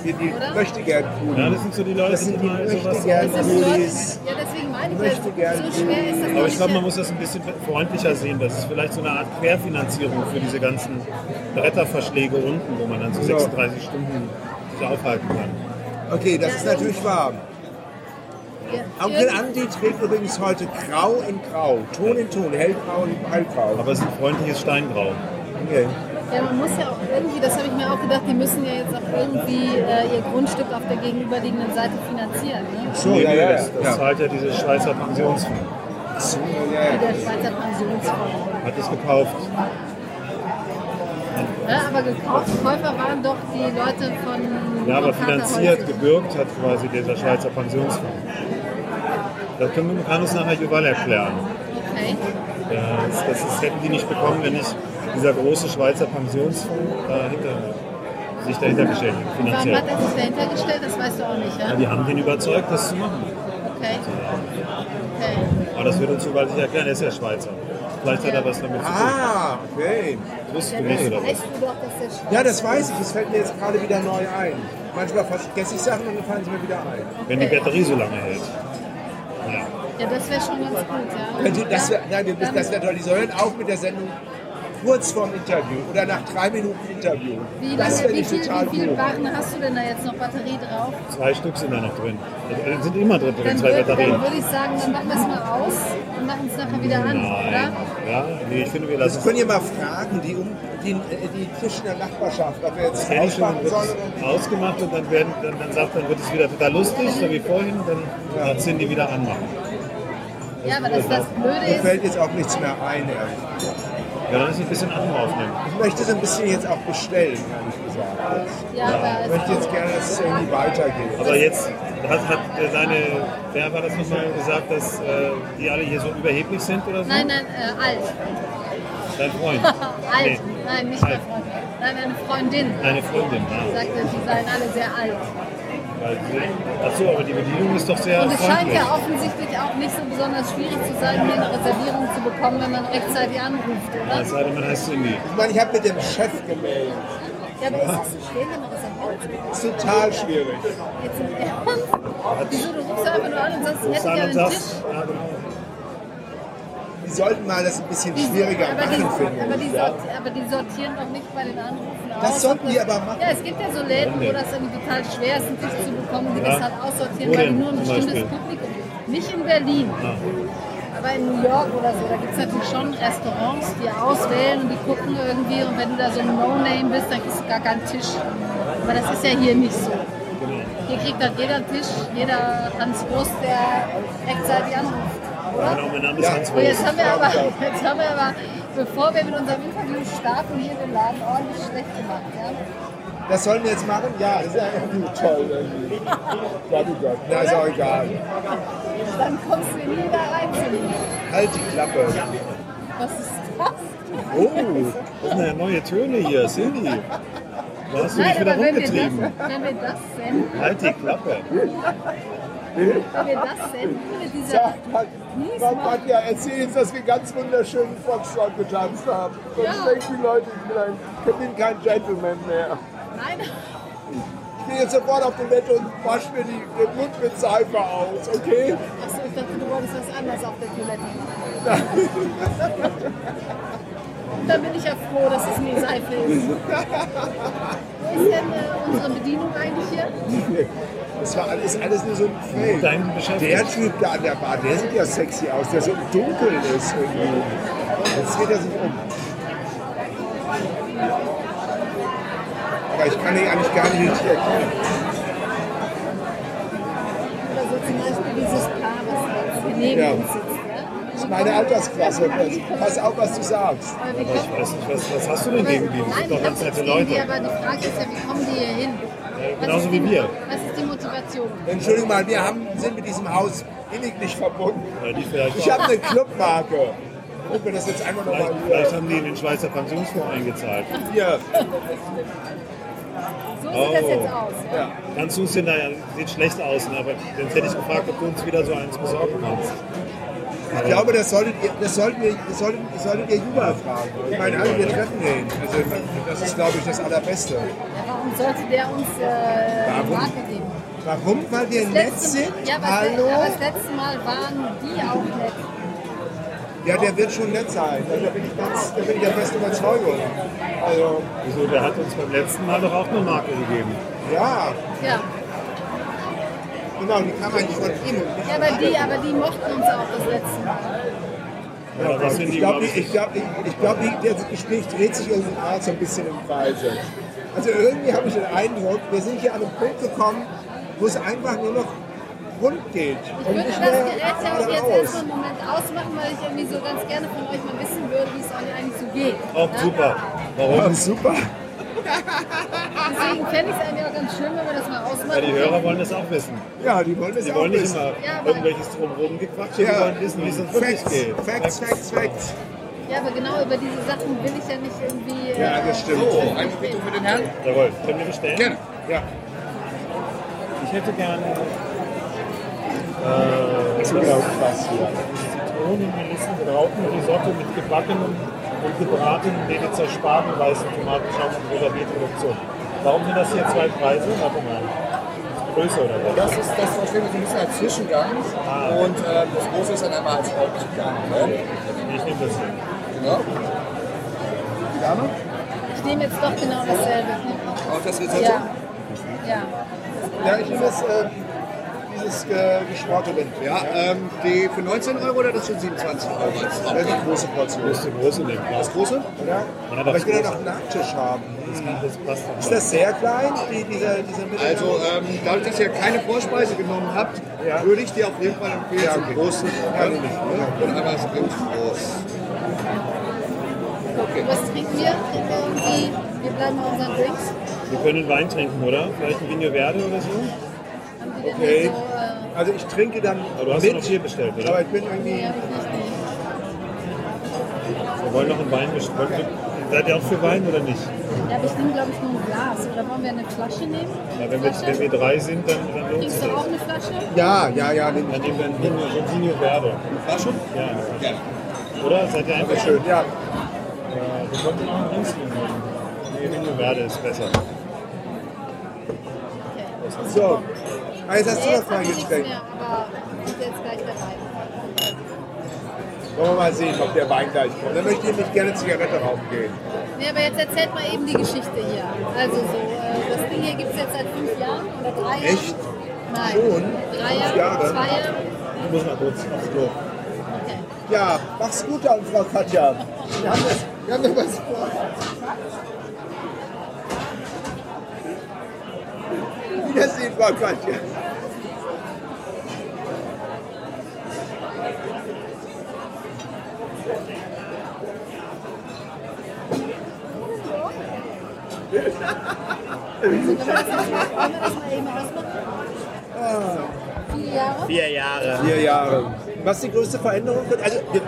[SPEAKER 1] Die, die
[SPEAKER 3] Oder?
[SPEAKER 1] möchte gern cool.
[SPEAKER 2] Ja, das sind so die Leute,
[SPEAKER 1] Das sind die
[SPEAKER 2] die mal sowas
[SPEAKER 1] möchte gern
[SPEAKER 3] Das ist
[SPEAKER 1] Coolies.
[SPEAKER 3] dort, ja, deswegen meine ich,
[SPEAKER 1] Möchte
[SPEAKER 3] ja,
[SPEAKER 1] gern
[SPEAKER 3] so schwer ist das
[SPEAKER 2] Aber
[SPEAKER 3] noch
[SPEAKER 2] ich glaube, man
[SPEAKER 3] nicht.
[SPEAKER 2] muss das ein bisschen freundlicher sehen. Das ist vielleicht so eine Art Querfinanzierung für diese ganzen Bretterverschläge unten, wo man dann so
[SPEAKER 1] Ja.
[SPEAKER 2] 36 Stunden sich aufhalten kann.
[SPEAKER 1] Okay, das ist natürlich warm.
[SPEAKER 3] Ja,
[SPEAKER 1] Onkel
[SPEAKER 3] irgendwie-
[SPEAKER 1] Andi trägt übrigens heute grau in grau, Ton in Ton, hellgrau in hellgrau.
[SPEAKER 2] Aber es ist ein freundliches Steingrau.
[SPEAKER 1] Okay.
[SPEAKER 3] Ja, man muss ja auch irgendwie, das habe ich mir auch gedacht, die müssen ja jetzt auch irgendwie äh, ihr Grundstück auf der gegenüberliegenden Seite finanzieren. Ne?
[SPEAKER 1] So,
[SPEAKER 2] Nee,
[SPEAKER 1] ja,
[SPEAKER 2] nee,
[SPEAKER 1] ja, ja.
[SPEAKER 2] das, das zahlt ja diese Schweizer Pensionsfonds.
[SPEAKER 1] So,
[SPEAKER 3] Wie
[SPEAKER 1] ja, ja.
[SPEAKER 3] der Schweizer Pensionsfonds.
[SPEAKER 2] Hat es gekauft.
[SPEAKER 3] Ja, aber gekauft, Käufer waren doch die Leute von.
[SPEAKER 2] Ja, aber
[SPEAKER 3] von Kater
[SPEAKER 2] finanziert,
[SPEAKER 3] Holz.
[SPEAKER 2] gebürgt hat quasi dieser Schweizer Pensionsfonds. Das können, kann uns nachher Juval erklären.
[SPEAKER 3] Okay.
[SPEAKER 2] Ja, Das, das, ist- hätten die nicht bekommen, wenn nicht dieser große Schweizer Pensionsfonds äh, hinter, sich dahinter gestellt hätte,
[SPEAKER 3] Warum
[SPEAKER 2] finanziell.
[SPEAKER 3] hat er sich dahinter gestellt? Das weißt du auch nicht, ja?
[SPEAKER 2] Ja, die haben den überzeugt, das zu machen.
[SPEAKER 3] Okay. Okay.
[SPEAKER 2] Aber das wird uns Juval nicht erklären, er ist ja Schweizer. Vielleicht hat er was damit zu tun.
[SPEAKER 1] Ah, okay.
[SPEAKER 2] Das wusstest
[SPEAKER 3] Ja,
[SPEAKER 2] du nicht, oder
[SPEAKER 3] das
[SPEAKER 2] was?
[SPEAKER 3] weißt du doch, dass der Schweizer.
[SPEAKER 1] Ja, das weiß ich, das fällt mir jetzt gerade wieder neu ein. Manchmal vergesse ich Sachen und dann fallen sie mir wieder ein.
[SPEAKER 2] Wenn die Batterie so lange hält. Ja.
[SPEAKER 3] Ja, das wäre schon ganz gut, ja.
[SPEAKER 1] Wenn du- Also, Das wäre
[SPEAKER 3] Ja,
[SPEAKER 1] nein, wir müssen-
[SPEAKER 3] dann-
[SPEAKER 1] das wär toll. Die sollen auch mit der Sendung kurz vorm Interview oder nach drei Minuten Interview.
[SPEAKER 3] Wie,
[SPEAKER 1] Das
[SPEAKER 3] lange,
[SPEAKER 1] wäre
[SPEAKER 3] wie,
[SPEAKER 1] ich
[SPEAKER 3] viel,
[SPEAKER 1] total
[SPEAKER 3] wie viel
[SPEAKER 1] gut.
[SPEAKER 3] Waren hast du denn da jetzt noch Batterie drauf?
[SPEAKER 2] Zwei Stück sind da noch drin. Also, sind immer drin, drin
[SPEAKER 3] Dann
[SPEAKER 2] zwei
[SPEAKER 3] würde
[SPEAKER 2] Batterien.
[SPEAKER 3] dann würd ich sagen, dann machen wir es mal aus und machen es nachher wieder an,
[SPEAKER 2] Nein.
[SPEAKER 3] oder?
[SPEAKER 2] Ja, nee, ich finde, wir
[SPEAKER 1] Das
[SPEAKER 2] lassen
[SPEAKER 1] können ihr mal fragen, die, um, die, äh, die Kirchener Nachbarschaft, ob wir jetzt
[SPEAKER 2] Kenn ich schon, dann
[SPEAKER 1] ausmachen
[SPEAKER 2] wird
[SPEAKER 1] sollen
[SPEAKER 2] es
[SPEAKER 1] oder nicht.
[SPEAKER 2] ausgemacht und dann, werden, dann, dann sagt, dann wird es wieder total lustig, so wie vorhin, dann ja. sind die wieder anmachen.
[SPEAKER 3] Ja, aber das, das Blöde
[SPEAKER 1] Mir
[SPEAKER 3] ist,
[SPEAKER 1] fällt jetzt auch nichts mehr ein. ehrlich.
[SPEAKER 2] Ja, dann ist ein bisschen Atmo aufnehmen.
[SPEAKER 1] Ich möchte es ein bisschen jetzt auch bestellen, ehrlich gesagt.
[SPEAKER 3] ja,
[SPEAKER 1] Ich
[SPEAKER 3] aber
[SPEAKER 1] möchte jetzt gerne, dass es irgendwie weitergeht.
[SPEAKER 2] Aber jetzt hat, hat äh, seine, wer war das nochmal gesagt, dass äh, die alle hier so überheblich sind oder so?
[SPEAKER 3] nein, nein, äh, alt.
[SPEAKER 2] Dein Freund.
[SPEAKER 3] alt, nein, nicht mehr
[SPEAKER 2] Alt.
[SPEAKER 3] Freund. Nein, eine Freundin.
[SPEAKER 2] Deine Freundin, ja.
[SPEAKER 3] Sagte, die seien alle sehr alt.
[SPEAKER 2] Weil sie- Ach so, aber die Bedienung ist doch sehr
[SPEAKER 3] Und es scheint
[SPEAKER 2] freundlich.
[SPEAKER 3] ja offensichtlich auch nicht so besonders schwierig zu sein, hier eine Reservierung zu bekommen, wenn man rechtzeitig anruft, oder?
[SPEAKER 2] Es sei denn, man heißt Cindy.
[SPEAKER 1] Ich meine, ich habe mit dem Chef gemeldet.
[SPEAKER 3] Ja, aber ist das so schwer, wenn man reserviert?
[SPEAKER 1] Das ist total schwierig.
[SPEAKER 3] Jetzt im Ernst? Wieso? Du rufst einfach nur an und sagst, ich hätte
[SPEAKER 2] Susanne
[SPEAKER 3] gerne einen Tisch.
[SPEAKER 2] sagt, ja, genau.
[SPEAKER 1] Die sollten mal das ein bisschen schwieriger
[SPEAKER 3] aber die,
[SPEAKER 1] machen, finde
[SPEAKER 3] aber, die
[SPEAKER 1] ich.
[SPEAKER 3] sort, aber die sortieren doch nicht bei den Anrufen aus.
[SPEAKER 1] Das sollten
[SPEAKER 3] ob
[SPEAKER 1] die aber machen.
[SPEAKER 3] Ja, es gibt ja so Läden, wo das irgendwie total schwer ist, einen Tisch zu bekommen, die
[SPEAKER 2] Ja.
[SPEAKER 3] das halt aussortieren,
[SPEAKER 2] Wo
[SPEAKER 3] weil die
[SPEAKER 2] denn
[SPEAKER 3] nur
[SPEAKER 2] zum
[SPEAKER 3] ein
[SPEAKER 2] Beispiel?
[SPEAKER 3] bestimmtes Publikum. Nicht in Berlin,
[SPEAKER 2] Ah.
[SPEAKER 3] aber in New York oder so. Da gibt es natürlich schon Restaurants, die auswählen und die gucken irgendwie. Und wenn du da so ein No-Name bist, dann kriegst du gar keinen Tisch. Aber das ist ja hier nicht so.
[SPEAKER 2] Genau.
[SPEAKER 3] Hier kriegt halt jeder einen Tisch, jeder Hans Wurst, der rechtzeitig anruft. Oder?
[SPEAKER 2] Genau, mein Name ist
[SPEAKER 1] Ja.
[SPEAKER 2] Hans
[SPEAKER 3] Und
[SPEAKER 2] Wurst.
[SPEAKER 3] Oh, jetzt haben, wir aber, jetzt haben wir aber, bevor wir mit unserem Interview starten, hier den Laden ordentlich schlecht gemacht. Ja?
[SPEAKER 1] Das sollen wir jetzt machen? Ja, das ist ja irgendwie toll. Irgendwie. Gott, oh Gott. Na, ist auch egal.
[SPEAKER 3] Dann kommst du nie da rein zu mir.
[SPEAKER 1] Halt die Klappe.
[SPEAKER 3] Was ist das?
[SPEAKER 2] Oh, das sind ja neue Töne hier, Cindy. Da hast du dich wieder
[SPEAKER 3] wenn wir,
[SPEAKER 2] rumgetrieben.
[SPEAKER 3] das, wenn wir das senden,
[SPEAKER 2] Halt die Klappe.
[SPEAKER 3] Wenn wir das senden mit dieser.
[SPEAKER 5] Sagt
[SPEAKER 2] halt,
[SPEAKER 5] hat, sagt Katja, erzähl uns, dass wir ganz wunderschönen Foxtrot getanzt haben. Sonst
[SPEAKER 3] Ja.
[SPEAKER 5] denken die Leute, ich bin, ein, ich bin kein Gentleman mehr.
[SPEAKER 3] Nein,
[SPEAKER 5] Ich gehe jetzt sofort auf Toilette und wasche mir die, den Mund mit Seife aus, okay?
[SPEAKER 3] achso, ich dachte, du wolltest was anderes auf der Toilette machen. Dann bin ich ja froh, dass es nie Seife ist. Wo ist denn äh, unsere Bedienung eigentlich hier?
[SPEAKER 1] Das war alles, alles nur so ein Fake.
[SPEAKER 2] Dein Beschäftigung.
[SPEAKER 1] Der Typ da an der Bar, der sieht ja sexy aus, der so im Dunkeln ist irgendwie. Jetzt dreht er sich um. Aber ich kann ihn eigentlich gar nicht richtig erkennen.
[SPEAKER 3] Oder so zum Beispiel dieses Paar, was jetzt hier neben
[SPEAKER 1] Ja.
[SPEAKER 3] uns sitzt. ne? Ja?
[SPEAKER 1] Das ist meine Altersklasse. Also, Pass auf, was du sagst.
[SPEAKER 3] Aber wie
[SPEAKER 2] Aber ich
[SPEAKER 3] kommt,
[SPEAKER 2] weiß nicht, was, was hast du denn gegen die? Das
[SPEAKER 3] Nein,
[SPEAKER 2] sind doch ganz nette Leute.
[SPEAKER 3] aber die Frage ist ja, wie kommen die hier hin? Was
[SPEAKER 2] genauso
[SPEAKER 3] ist
[SPEAKER 2] wie
[SPEAKER 3] die-
[SPEAKER 2] wir.
[SPEAKER 3] Was ist die Motivation?
[SPEAKER 1] Entschuldigung mal, wir haben, sind mit diesem Haus innig nicht verbunden.
[SPEAKER 2] Weil die vielleicht,
[SPEAKER 1] Ich habe eine Clubmarke. Guck mir das jetzt einfach nochmal
[SPEAKER 2] vielleicht, vielleicht
[SPEAKER 1] hier.
[SPEAKER 2] haben die in den Schweizer Pensionsfonds eingezahlt.
[SPEAKER 1] hier.
[SPEAKER 3] So sieht das
[SPEAKER 2] Oh.
[SPEAKER 3] jetzt aus. Ja?
[SPEAKER 1] Ja.
[SPEAKER 2] Ganz süß sind da ja, sieht schlecht aus, ne? aber sonst hätte ich gefragt, ob du uns wieder so eins besorgen kannst.
[SPEAKER 1] Ich glaube, das solltet ihr, das sollten wir, das solltet, das solltet ihr Juba fragen. Ich meine, alle, wir treffen den. Also, das ist, glaube ich, das Allerbeste.
[SPEAKER 3] Warum sollte der uns äh,
[SPEAKER 1] Warum?
[SPEAKER 3] die Marke geben?
[SPEAKER 1] Warum? Weil wir nett sind?
[SPEAKER 3] ja, aber
[SPEAKER 1] Hallo?
[SPEAKER 3] aber das letzte Mal waren die auch nett.
[SPEAKER 1] Ja, der wird schon nett sein. Da bin ich ganz, da bin ich der festen Überzeugung. Also,
[SPEAKER 2] Wieso, der hat uns beim letzten Mal doch auch eine Marke gegeben.
[SPEAKER 1] ja,
[SPEAKER 3] Ja.
[SPEAKER 1] genau, die kam eigentlich von ihm. und nicht
[SPEAKER 3] ja,
[SPEAKER 1] von
[SPEAKER 3] aber die,
[SPEAKER 1] anderen.
[SPEAKER 3] aber die mochten uns auch das letzte Mal.
[SPEAKER 2] Oder was sind
[SPEAKER 1] Also, Ich
[SPEAKER 2] die,
[SPEAKER 1] glaube,
[SPEAKER 2] glaub
[SPEAKER 1] ich, ich
[SPEAKER 2] ich,
[SPEAKER 1] glaub, ich, ich glaub, die- das Gespräch dreht sich irgendwie gerade so ein bisschen im Kreise. Also irgendwie habe ich den Eindruck, wir sind hier an einen Punkt gekommen, wo es einfach nur noch rund geht.
[SPEAKER 3] Ich
[SPEAKER 1] und
[SPEAKER 3] würde das
[SPEAKER 1] nicht mehr
[SPEAKER 3] Gerät ja auch jetzt
[SPEAKER 1] geradeaus.
[SPEAKER 3] erstmal einen Moment ausmachen, weil ich irgendwie so ganz gerne von euch mal wissen würde, wie es euch eigentlich so geht. ne?
[SPEAKER 2] auch
[SPEAKER 3] Ja?
[SPEAKER 2] super.
[SPEAKER 1] Ja,
[SPEAKER 2] Warum?
[SPEAKER 1] super.
[SPEAKER 3] Deswegen fände ich es eigentlich auch ganz schön, wenn wir das mal ausmachen.
[SPEAKER 2] Weil die Hörer wollen das auch wissen.
[SPEAKER 1] Ja, die wollen das
[SPEAKER 2] Die
[SPEAKER 1] auch
[SPEAKER 2] wollen nicht
[SPEAKER 1] wissen.
[SPEAKER 2] immer
[SPEAKER 3] Ja, aber-
[SPEAKER 2] irgendwelches drumherum gequatscht, die
[SPEAKER 1] Ja.
[SPEAKER 2] wollen wissen, wie es uns wirklich
[SPEAKER 1] Facts,
[SPEAKER 2] geht.
[SPEAKER 1] Facts, Facts, Facts.
[SPEAKER 3] Ja, aber genau über diese Sachen will ich ja nicht irgendwie. äh,
[SPEAKER 1] Ja, das stimmt.
[SPEAKER 4] So, eine Quittung für den Herrn?
[SPEAKER 2] Jawohl, können wir bestellen?
[SPEAKER 4] Gerne.
[SPEAKER 1] Ja.
[SPEAKER 2] Ich hätte gerne
[SPEAKER 1] Zu genau krass hier.
[SPEAKER 2] Zitronen, Melissen, Raupen, Risotto mit gebackenem und gebratenen Lelitzer Spargel, weißen Tomatenschaum und roter Beetproduktion. Warum sind das hier zwei Preise? Warte mal. Größe oder was?
[SPEAKER 4] Das ist das verstehen wir so ein bisschen als Zwischengang. Und ähm, das Große ist dann einmal als Hauptgang. Ne?
[SPEAKER 2] Ich nehme das hier.
[SPEAKER 4] Genau.
[SPEAKER 3] Ich nehme jetzt doch genau dasselbe.
[SPEAKER 4] Auch das
[SPEAKER 1] Also?
[SPEAKER 4] Risotto?
[SPEAKER 3] Ja. Ja.
[SPEAKER 1] Ja, ich nehme das, äh, dieses äh, geschmorte Rind.
[SPEAKER 4] Ja, ähm, die für 19 Euro oder das für 27 Euro? als
[SPEAKER 1] Das ist
[SPEAKER 4] Hauptgang?
[SPEAKER 1] eine große Portion,
[SPEAKER 2] Du musst die Größe nehmen. Das,
[SPEAKER 4] Das Große?
[SPEAKER 1] oder?
[SPEAKER 2] Ja,
[SPEAKER 1] Aber
[SPEAKER 2] das
[SPEAKER 1] ich will dann
[SPEAKER 2] große.
[SPEAKER 1] auch einen Nachtisch haben.
[SPEAKER 2] das passt doch.
[SPEAKER 1] Ist das sehr klein, die, diese, diese Mitte?
[SPEAKER 4] Also ähm, dadurch, dass ihr keine Vorspeise genommen habt, würde ich dir auf jeden Fall empfehlen,
[SPEAKER 1] Ja,
[SPEAKER 4] ja,
[SPEAKER 1] okay.
[SPEAKER 4] zum Großen.
[SPEAKER 1] Ja,
[SPEAKER 4] Ja,
[SPEAKER 1] nehme ich.
[SPEAKER 4] Und einmal das Rind groß.
[SPEAKER 3] Und Was trinken wir? Trinken wir irgendwie. Wir bleiben bei unseren Drinks.
[SPEAKER 2] Wir können Wein trinken, oder? Vielleicht ein Vino Verde oder so?
[SPEAKER 3] Haben die denn
[SPEAKER 1] Okay.
[SPEAKER 3] so. Äh,
[SPEAKER 1] Also ich trinke dann
[SPEAKER 2] Aber du hast ja
[SPEAKER 1] mit,
[SPEAKER 2] noch hier bestellt,
[SPEAKER 1] aber
[SPEAKER 2] oder?
[SPEAKER 1] ich bin irgendwie...
[SPEAKER 3] nee, hab ich nicht. Nee.
[SPEAKER 2] Wir wollen noch einen Wein bestellen. Wollt ihr- Seid ihr auch für Wein oder nicht?
[SPEAKER 3] Ja, aber ich nehme, glaube ich, nur ein Glas. Oder wollen wir eine Flasche nehmen?
[SPEAKER 2] Ja, wenn, wir, wenn wir
[SPEAKER 3] Flasche?
[SPEAKER 2] drei sind, dann, dann lohnt sich
[SPEAKER 3] Trinkst du auch
[SPEAKER 2] das.
[SPEAKER 3] eine Flasche?
[SPEAKER 1] Ja, ja, ja, nehme
[SPEAKER 2] Dann nehmen wir ein Vino, ein Vino Verde.
[SPEAKER 4] Eine Flasche?
[SPEAKER 2] Ja.
[SPEAKER 4] Gerne.
[SPEAKER 2] Oder? Seid ihr einfach
[SPEAKER 1] ich. Schön, ja.
[SPEAKER 2] Äh, Wir konnten auch einen Riesling nehmen. Nee, Vino Verde ist besser.
[SPEAKER 1] So. Ah, jetzt hast du
[SPEAKER 3] Nee,
[SPEAKER 1] noch
[SPEAKER 3] jetzt hab
[SPEAKER 1] mal
[SPEAKER 3] ich nichts
[SPEAKER 1] gesteckt.
[SPEAKER 3] mehr, aber wir sind jetzt gleich dabei.
[SPEAKER 1] Wollen wir mal sehen, ob der Wein gleich kommt. Dann möchte ich mich gerne Zigarette rauchen gehen.
[SPEAKER 3] Nee, aber jetzt erzählt mal eben die Geschichte hier. Also so, äh, das Ding hier gibt es jetzt seit fünf Jahren oder drei Jahren.
[SPEAKER 1] Echt?
[SPEAKER 3] Nein.
[SPEAKER 1] Schon?
[SPEAKER 3] Drei
[SPEAKER 1] Fünf
[SPEAKER 3] Jahre,
[SPEAKER 1] Jahre?
[SPEAKER 3] zwei Jahre.
[SPEAKER 2] Ich muss mal kurz aufs Klo.
[SPEAKER 3] Okay.
[SPEAKER 1] Ja, mach's gut dann, Frau Katja. Wir haben das, wir haben das was vor. Wiedersehen, Frau Katja.
[SPEAKER 3] Wollen wir das mal- wollen wir das mal eben ausmachen?
[SPEAKER 1] Ah.
[SPEAKER 3] Vier Jahre?
[SPEAKER 2] Vier Jahre.
[SPEAKER 1] Vier Jahre. Was die größte Veränderung wird, also wir,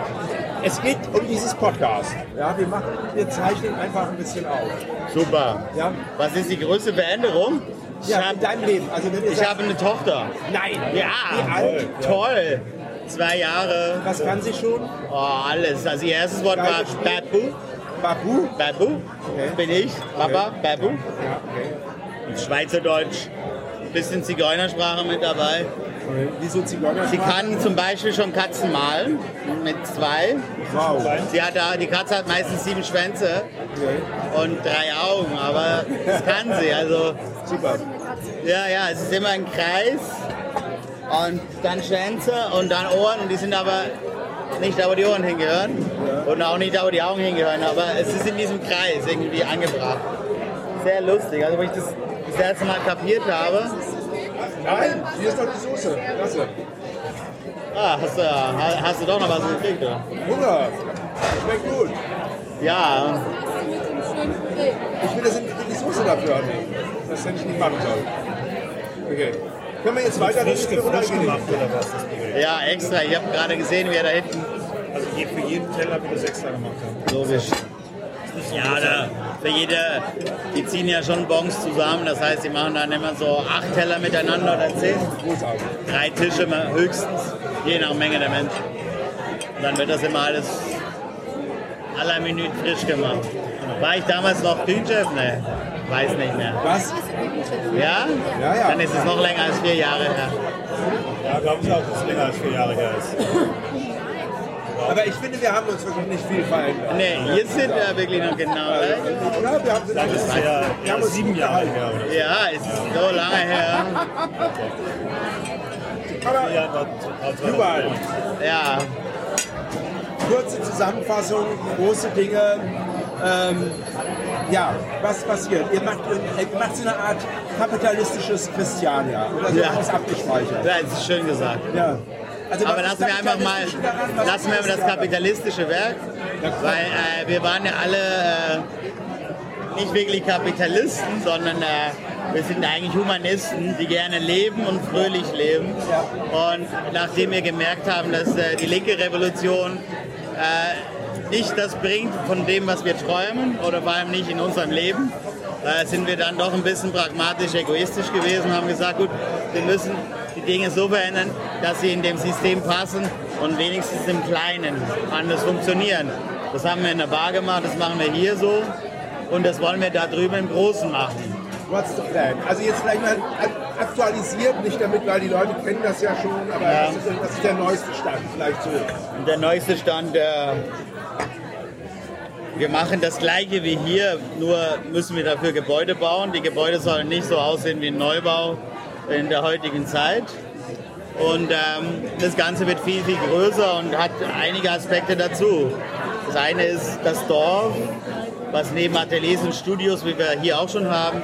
[SPEAKER 1] es geht um dieses Podcast. Ja, wir machen, wir zeichnen einfach ein bisschen auf.
[SPEAKER 6] Super.
[SPEAKER 1] Ja,
[SPEAKER 6] Was ist die größte Veränderung?
[SPEAKER 1] Ja,
[SPEAKER 6] hab-
[SPEAKER 1] in deinem Leben. Also wenn ihr
[SPEAKER 6] Ich
[SPEAKER 1] sagt,
[SPEAKER 6] habe eine Tochter.
[SPEAKER 1] nein, wie
[SPEAKER 6] Ja,
[SPEAKER 1] alt,
[SPEAKER 6] toll. Zwei Jahre.
[SPEAKER 1] was kann sie schon?
[SPEAKER 6] Oh, alles. Also ihr erstes Wort war
[SPEAKER 1] Geiles Spiel.
[SPEAKER 6] Babu.
[SPEAKER 1] Babu?
[SPEAKER 6] Babu. Das bin ich. Papa, Babu.
[SPEAKER 1] Ja, okay.
[SPEAKER 6] Schweizerdeutsch. Bisschen Zigeunersprache mit dabei.
[SPEAKER 1] Wieso Zigeuner?
[SPEAKER 6] Sie kann zum Beispiel schon Katzen malen mit zwei.
[SPEAKER 1] Wow.
[SPEAKER 6] Sie hat da, die Katze hat meistens sieben Schwänze
[SPEAKER 1] Okay.
[SPEAKER 6] und drei Augen, aber das kann sie. Also
[SPEAKER 1] Super.
[SPEAKER 6] ja, ja, es ist immer ein Kreis und dann Schwänze und dann Ohren und die sind aber nicht da, wo die Ohren hingehören und auch nicht da, wo die Augen hingehören, aber es ist in diesem Kreis irgendwie angebracht. Sehr lustig, also wo ich das das erste Mal kapiert habe.
[SPEAKER 1] Nein, hier ist doch die Soße. Klasse.
[SPEAKER 6] Ah, hast, du, hast du doch noch was gekriegt, oder?
[SPEAKER 1] Hunger. Schmeckt gut.
[SPEAKER 6] Ja,
[SPEAKER 1] Ich will das in, in die Soße dafür annehmen. Das hätte ich nicht machen sollen. Okay. Können wir jetzt weiter
[SPEAKER 2] Frisch,
[SPEAKER 1] reden oder
[SPEAKER 2] frisch
[SPEAKER 1] gehen?
[SPEAKER 2] gemacht oder was? Das Brötchen.
[SPEAKER 6] ja, extra. Ich habe gerade gesehen, wie er da hinten.
[SPEAKER 2] also je- für jeden Teller wieder sechs Teller gemacht haben.
[SPEAKER 6] Logisch. Ja, da, für jede, die ziehen ja schon Bons zusammen, das heißt, die machen dann immer so acht Teller miteinander oder zehn.
[SPEAKER 1] Großartig.
[SPEAKER 6] Drei Tische mal höchstens, je nach Menge der Menschen. Und dann wird das immer alles à la minute frisch gemacht. War ich damals noch Küchenchef? Ne, weiß nicht mehr.
[SPEAKER 1] Was?
[SPEAKER 6] Ja?
[SPEAKER 1] Ja, ja.
[SPEAKER 6] Dann ist es noch länger als vier Jahre her.
[SPEAKER 2] Ja, glaube ich auch, dass es länger als vier Jahre her ist.
[SPEAKER 1] Aber ich finde, wir haben uns wirklich nicht viel verändert.
[SPEAKER 6] Ne, hier sind wir wirklich noch genau gleich.
[SPEAKER 1] Oder? Wir haben
[SPEAKER 2] Das ist ja, ja sieben Jahre her. Oder?
[SPEAKER 6] Ja, es ist so lange her.
[SPEAKER 1] Aber
[SPEAKER 2] Ja, das, das war
[SPEAKER 1] überall.
[SPEAKER 6] Ja,
[SPEAKER 1] Kurze Zusammenfassung, große Dinge. Ähm, ja, was passiert? Ihr macht, ihr macht so eine Art kapitalistisches Christiania. Oder so
[SPEAKER 6] Ja.
[SPEAKER 1] etwas abgespeichert.
[SPEAKER 6] das ist schön gesagt.
[SPEAKER 1] Ja. Also
[SPEAKER 6] Aber
[SPEAKER 1] was ist
[SPEAKER 6] lassen wir einfach mal,
[SPEAKER 1] kapitalistisch daran? Was
[SPEAKER 6] lassen wir
[SPEAKER 1] ist
[SPEAKER 6] aber das
[SPEAKER 1] daran?
[SPEAKER 6] kapitalistische Werk, weil äh, wir waren ja alle äh, nicht wirklich Kapitalisten, sondern äh, wir sind eigentlich Humanisten, die gerne leben und fröhlich leben. Und nachdem wir gemerkt haben, dass äh, die linke Revolution äh, nicht das bringt von dem, was wir träumen oder vor allem nicht in unserem Leben, äh, sind wir dann doch ein bisschen pragmatisch, egoistisch gewesen und haben gesagt, gut, wir müssen die Dinge so verändern, dass sie in dem System passen und wenigstens im Kleinen anders funktionieren. Das haben wir in der Bar gemacht, das machen wir hier so und das wollen wir da drüben im Großen machen.
[SPEAKER 1] What's the plan? Also jetzt vielleicht mal ak- aktualisiert, nicht damit, weil die Leute kennen das ja schon, aber
[SPEAKER 6] Ja.
[SPEAKER 1] das, ist, das ist der neueste Stand vielleicht so.
[SPEAKER 6] Und der neueste Stand, äh, wir machen das gleiche wie hier, nur müssen wir dafür Gebäude bauen. Die Gebäude sollen nicht so aussehen wie ein Neubau in der heutigen Zeit. Und ähm, das Ganze wird viel, viel größer und hat einige Aspekte dazu. Das eine ist das Dorf, was neben Ateliers und Studios, wie wir hier auch schon haben,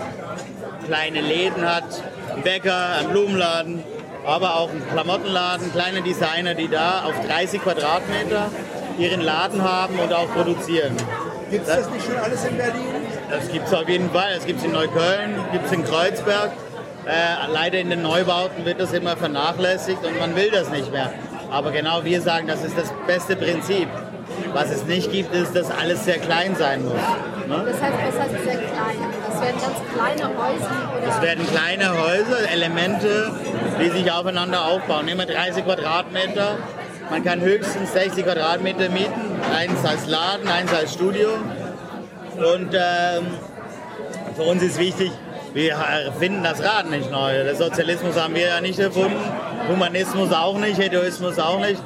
[SPEAKER 6] kleine Läden hat, einen Bäcker, einen Blumenladen, aber auch einen Klamottenladen, kleine Designer, die da auf 30 Quadratmeter ihren Laden haben und auch produzieren.
[SPEAKER 1] Gibt es das nicht schon alles in Berlin?
[SPEAKER 6] Das gibt es auf jeden Fall. Das gibt es in Neukölln, gibt es in Kreuzberg. Äh, leider in den Neubauten wird das immer vernachlässigt und man will das nicht mehr. Aber genau wir sagen, das ist das beste Prinzip. Was es nicht gibt, ist, dass alles sehr klein sein muss. Ne?
[SPEAKER 7] Das heißt, das heißt sehr klein. Das werden ganz kleine Häuser oder
[SPEAKER 6] Es werden kleine Häuser, Elemente, die sich aufeinander aufbauen. Immer 30 Quadratmeter. Man kann höchstens 60 Quadratmeter mieten. Eins als Laden, eins als Studio. Und ähm, für uns ist wichtig, wir erfinden das Rad nicht neu. Der Sozialismus haben wir ja nicht erfunden. Humanismus auch nicht, Hedoismus auch nicht.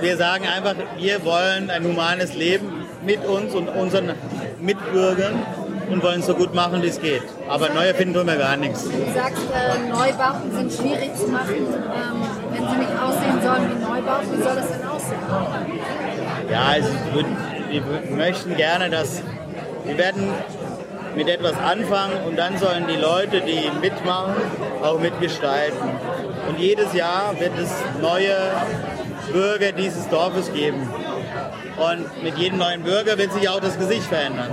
[SPEAKER 6] Wir sagen einfach, wir wollen ein humanes Leben mit uns und unseren Mitbürgern und wollen es so gut machen, wie es geht. Aber neu erfinden tun wir gar nichts.
[SPEAKER 7] du sagst, äh, Neubauten sind schwierig zu machen. Ähm, wenn sie nicht aussehen sollen wie Neubauten, wie soll das denn aussehen?
[SPEAKER 6] Ja, also wir, wir möchten gerne, dass wir werden mit etwas anfangen und dann sollen die Leute, die mitmachen, auch mitgestalten. Und jedes Jahr wird es neue Bürger dieses Dorfes geben. Und mit jedem neuen Bürger wird sich auch das Gesicht verändern.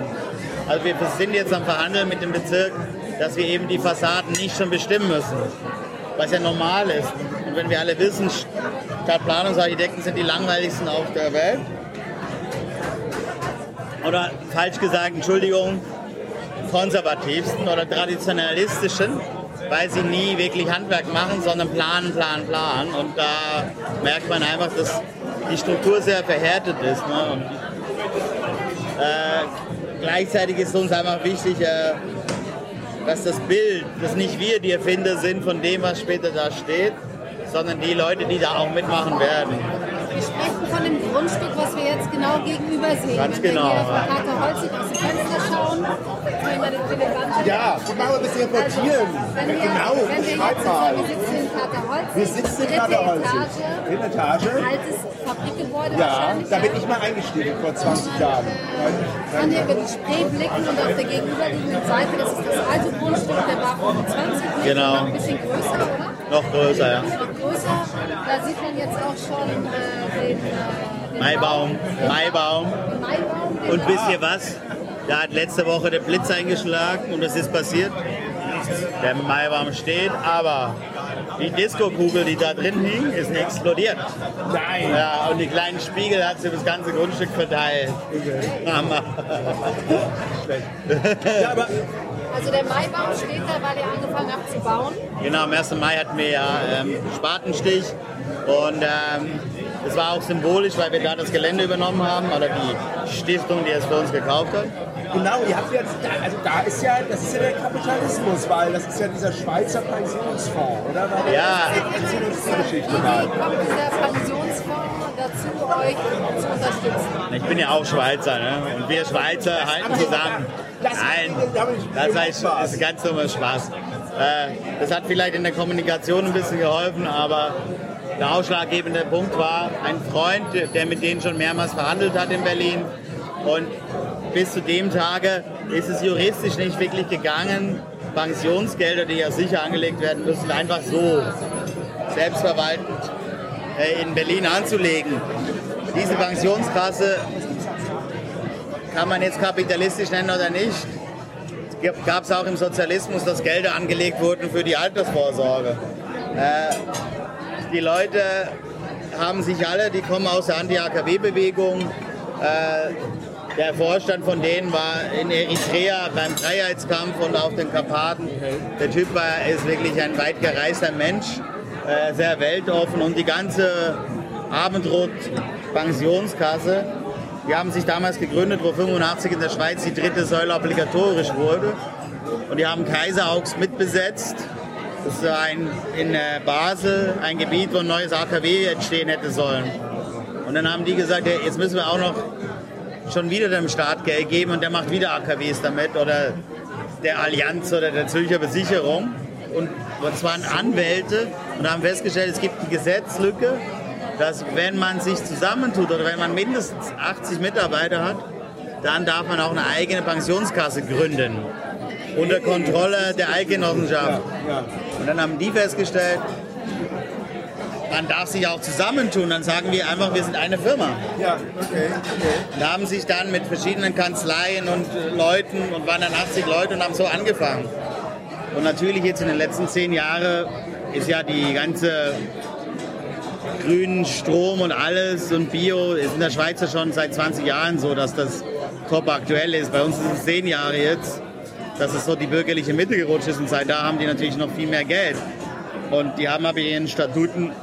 [SPEAKER 6] Also wir sind jetzt am Verhandeln mit dem Bezirk, dass wir eben die Fassaden nicht schon bestimmen müssen, was ja normal ist. Und wenn wir alle wissen, Stadtplanungsarchitekten sind die langweiligsten auf der Welt. Oder falsch gesagt, Entschuldigung, konservativsten oder traditionalistischen. weil sie nie wirklich Handwerk machen, sondern planen, planen, planen. Und da merkt man einfach, dass die Struktur sehr verhärtet ist. Ne? Und, äh, gleichzeitig ist uns einfach wichtig, äh, dass das Bild, dass nicht wir die Erfinder sind von dem, was später da steht, sondern die Leute, die da auch mitmachen werden.
[SPEAKER 7] Wir sprechen von dem Grundstück, was wir jetzt genau gegenüber sehen.
[SPEAKER 6] Ganz
[SPEAKER 7] Wenn
[SPEAKER 6] genau,
[SPEAKER 7] wir hier auf
[SPEAKER 6] ja.
[SPEAKER 7] der Karte Holzig aus dem Fenster schauen, wenn wir den Telegramm
[SPEAKER 1] Ja, guck mal, wir müssen hier
[SPEAKER 7] Also,
[SPEAKER 1] portieren.
[SPEAKER 7] Wenn wir,
[SPEAKER 1] Genau,
[SPEAKER 7] wenn wir
[SPEAKER 1] schreib
[SPEAKER 7] jetzt
[SPEAKER 1] mal.
[SPEAKER 7] sagen, wir sitzen in Katerholz,
[SPEAKER 1] Wir sitzen in
[SPEAKER 7] dritte
[SPEAKER 1] Katerholz.
[SPEAKER 7] Etage,
[SPEAKER 1] Dritte Etage.
[SPEAKER 7] altes Fabrikgebäude
[SPEAKER 1] Ja,
[SPEAKER 7] wahrscheinlich.
[SPEAKER 1] da bin
[SPEAKER 7] ja.
[SPEAKER 1] ich mal eingestiegen vor 20 Jahren.
[SPEAKER 7] Kann hier über die Spree blicken und auf der gegenüberliegenden Seite, das ist das alte Grundstück, der war 25 Meter,
[SPEAKER 6] Genau.
[SPEAKER 7] noch ein bisschen größer, oder?
[SPEAKER 6] Noch größer, ja.
[SPEAKER 7] Noch größer, da sieht man jetzt auch schon äh, den, äh, den
[SPEAKER 6] Maibaum, Maibaum.
[SPEAKER 7] Baum. Maibaum, den
[SPEAKER 6] Und
[SPEAKER 7] Baum.
[SPEAKER 6] wisst ihr was? Da hat letzte Woche der Blitz eingeschlagen und es ist passiert. Der Maibaum steht, aber die Disco-Kugel, die da drin hing, ist explodiert. Nein. Ja, und die kleinen Spiegel hat sie das ganze Grundstück verteilt. Hammer.
[SPEAKER 7] Also der Maibaum steht da, weil er angefangen hat zu bauen.
[SPEAKER 6] Genau, am 1. Mai hatten wir ja ähm, Spatenstich und ähm, es war auch symbolisch, weil wir da das Gelände übernommen haben oder die Stiftung, die es für uns gekauft hat.
[SPEAKER 1] Genau, ihr habt jetzt, da- also da ist ja, das ist ja der Kapitalismus, weil das ist ja dieser Schweizer Pensionsfonds, oder? Weil
[SPEAKER 6] Ja,
[SPEAKER 1] Pensionsgeschichte
[SPEAKER 7] Wie
[SPEAKER 6] Genau.
[SPEAKER 1] da.
[SPEAKER 7] kommt dieser Pensionsfonds dazu, euch zu unterstützen?
[SPEAKER 6] ich bin ja auch Schweizer ne? und wir Schweizer halten zusammen.
[SPEAKER 1] Das-
[SPEAKER 6] Nein, das heißt, das ist ganz normal Spaß. Äh, das hat vielleicht in der Kommunikation ein bisschen geholfen, aber der ausschlaggebende Punkt war ein Freund, der mit denen schon mehrmals verhandelt hat in Berlin und bis zu dem Tage ist es juristisch nicht wirklich gegangen, Pensionsgelder, die ja sicher angelegt werden müssen, einfach so selbstverwaltend äh, in Berlin anzulegen. Diese Pensionskasse kann man jetzt kapitalistisch nennen oder nicht. Gab es auch im Sozialismus, dass Gelder angelegt wurden für die Altersvorsorge. Äh, die Leute haben sich alle, die kommen aus der Anti-AKW-Bewegung. Äh, der Vorstand von denen war in Eritrea beim Freiheitskampf und auf den Karpaten. Der Typ war, ist wirklich ein weit gereister Mensch, äh, sehr weltoffen und die ganze Abendrot-Pensionskasse, die haben sich damals gegründet, wo 85 in der Schweiz die dritte Säule obligatorisch wurde. Und die haben Kaiseraugst mitbesetzt. Das war ein, in äh, Basel ein Gebiet, wo ein neues AKW entstehen hätte sollen. Und dann haben die gesagt, hey, jetzt müssen wir auch noch schon wieder dem Staat Geld geben und der macht wieder AKWs damit oder der Allianz oder der Zürcher Besicherung. Und und zwar an Anwälte und haben festgestellt, es gibt eine Gesetzlücke, dass wenn man sich zusammentut oder wenn man mindestens 80 Mitarbeiter hat, dann darf man auch eine eigene Pensionskasse gründen. Unter Kontrolle der Eidgenossenschaft. Und dann haben die festgestellt, man darf sich auch zusammentun. Dann sagen wir einfach, wir sind eine Firma.
[SPEAKER 1] Ja, okay, okay.
[SPEAKER 6] Und haben sich dann mit verschiedenen Kanzleien und äh, Leuten und waren dann 80 Leute und haben so angefangen. Und natürlich jetzt in den letzten zehn Jahren ist ja die ganze grünen Strom und alles und Bio ist in der Schweiz ja schon seit 20 Jahren so, dass das top aktuell ist. Bei uns sind es zehn Jahre jetzt, dass es so die bürgerliche Mitte gerutscht ist und seit da haben die natürlich noch viel mehr Geld. Und die haben aber in ihren Statuten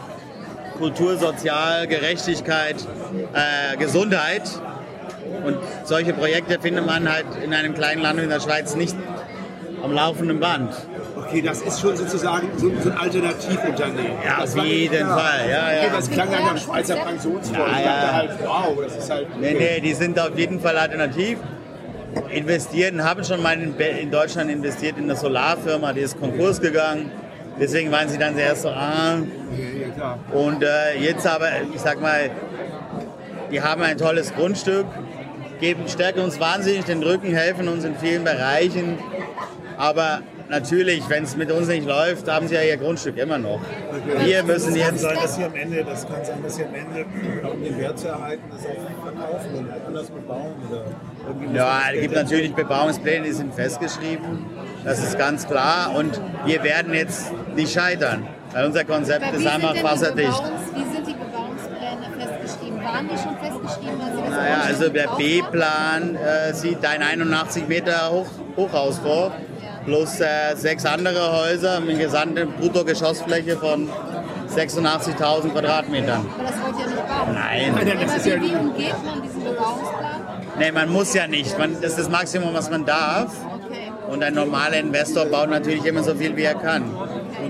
[SPEAKER 6] Kultur, Sozial, Gerechtigkeit, äh, Gesundheit. Und solche Projekte findet man halt in einem kleinen Land wie in der Schweiz nicht am laufenden Band.
[SPEAKER 1] Okay, das ist schon sozusagen so, so ein Alternativunternehmen.
[SPEAKER 6] Ja,
[SPEAKER 1] das
[SPEAKER 6] auf
[SPEAKER 1] war mir nicht
[SPEAKER 6] jeden
[SPEAKER 1] klar.
[SPEAKER 6] Fall. Ja,
[SPEAKER 1] Okay,
[SPEAKER 6] ja.
[SPEAKER 1] das klang nach einem Schweizer Pensionsfonds.
[SPEAKER 6] Ja,
[SPEAKER 1] ich
[SPEAKER 6] ja.
[SPEAKER 1] dachte halt, wow, das ist halt.
[SPEAKER 6] Nee, nee, die sind auf jeden Fall alternativ. Investieren, haben schon mal in Be- in Deutschland investiert in eine Solarfirma, die ist Konkurs gegangen. Deswegen waren sie dann zuerst so, ah. Und äh, jetzt aber, ich sag mal, die haben ein tolles Grundstück, geben, stärken uns wahnsinnig den Rücken, helfen uns in vielen Bereichen. Aber natürlich, wenn es mit uns nicht läuft, haben sie ja ihr Grundstück immer noch. Wir müssen
[SPEAKER 2] Kann
[SPEAKER 6] jetzt
[SPEAKER 2] sein, dass sie am Ende, das kann sein, dass sie am Ende, um den Wert zu erhalten, das auch verkaufen und anders bebauen oder irgendwie muss man
[SPEAKER 6] Ja,
[SPEAKER 2] das
[SPEAKER 6] es gibt
[SPEAKER 2] Geld-
[SPEAKER 6] natürlich Bebauungspläne, die sind festgeschrieben. Das ist ganz klar. Und wir werden jetzt nicht scheitern. Weil unser Konzept
[SPEAKER 7] Aber
[SPEAKER 6] ist einfach
[SPEAKER 7] denn die
[SPEAKER 6] wasserdicht.
[SPEAKER 7] Bebauungs- wie sind die Bebauungspläne festgeschrieben? Waren die schon festgeschrieben? Als ihr das
[SPEAKER 6] Naja,
[SPEAKER 7] Grundstück
[SPEAKER 6] also der
[SPEAKER 7] gekauft habt?
[SPEAKER 6] B-Plan äh, sieht ein 81 Meter Hoch, Hochhaus vor. plus äh, sechs andere Häuser mit einer gesamten Bruttogeschossfläche von 86.000 Quadratmetern.
[SPEAKER 7] Aber das wollt ihr nicht bauen.
[SPEAKER 6] Nein.
[SPEAKER 7] Aber wie, wie umgeht man diesen Bebauungsplan?
[SPEAKER 6] Nee, man muss ja nicht. Man, das ist das Maximum, was man darf.
[SPEAKER 7] Okay.
[SPEAKER 6] Und ein normaler Investor baut natürlich immer so viel, wie er kann,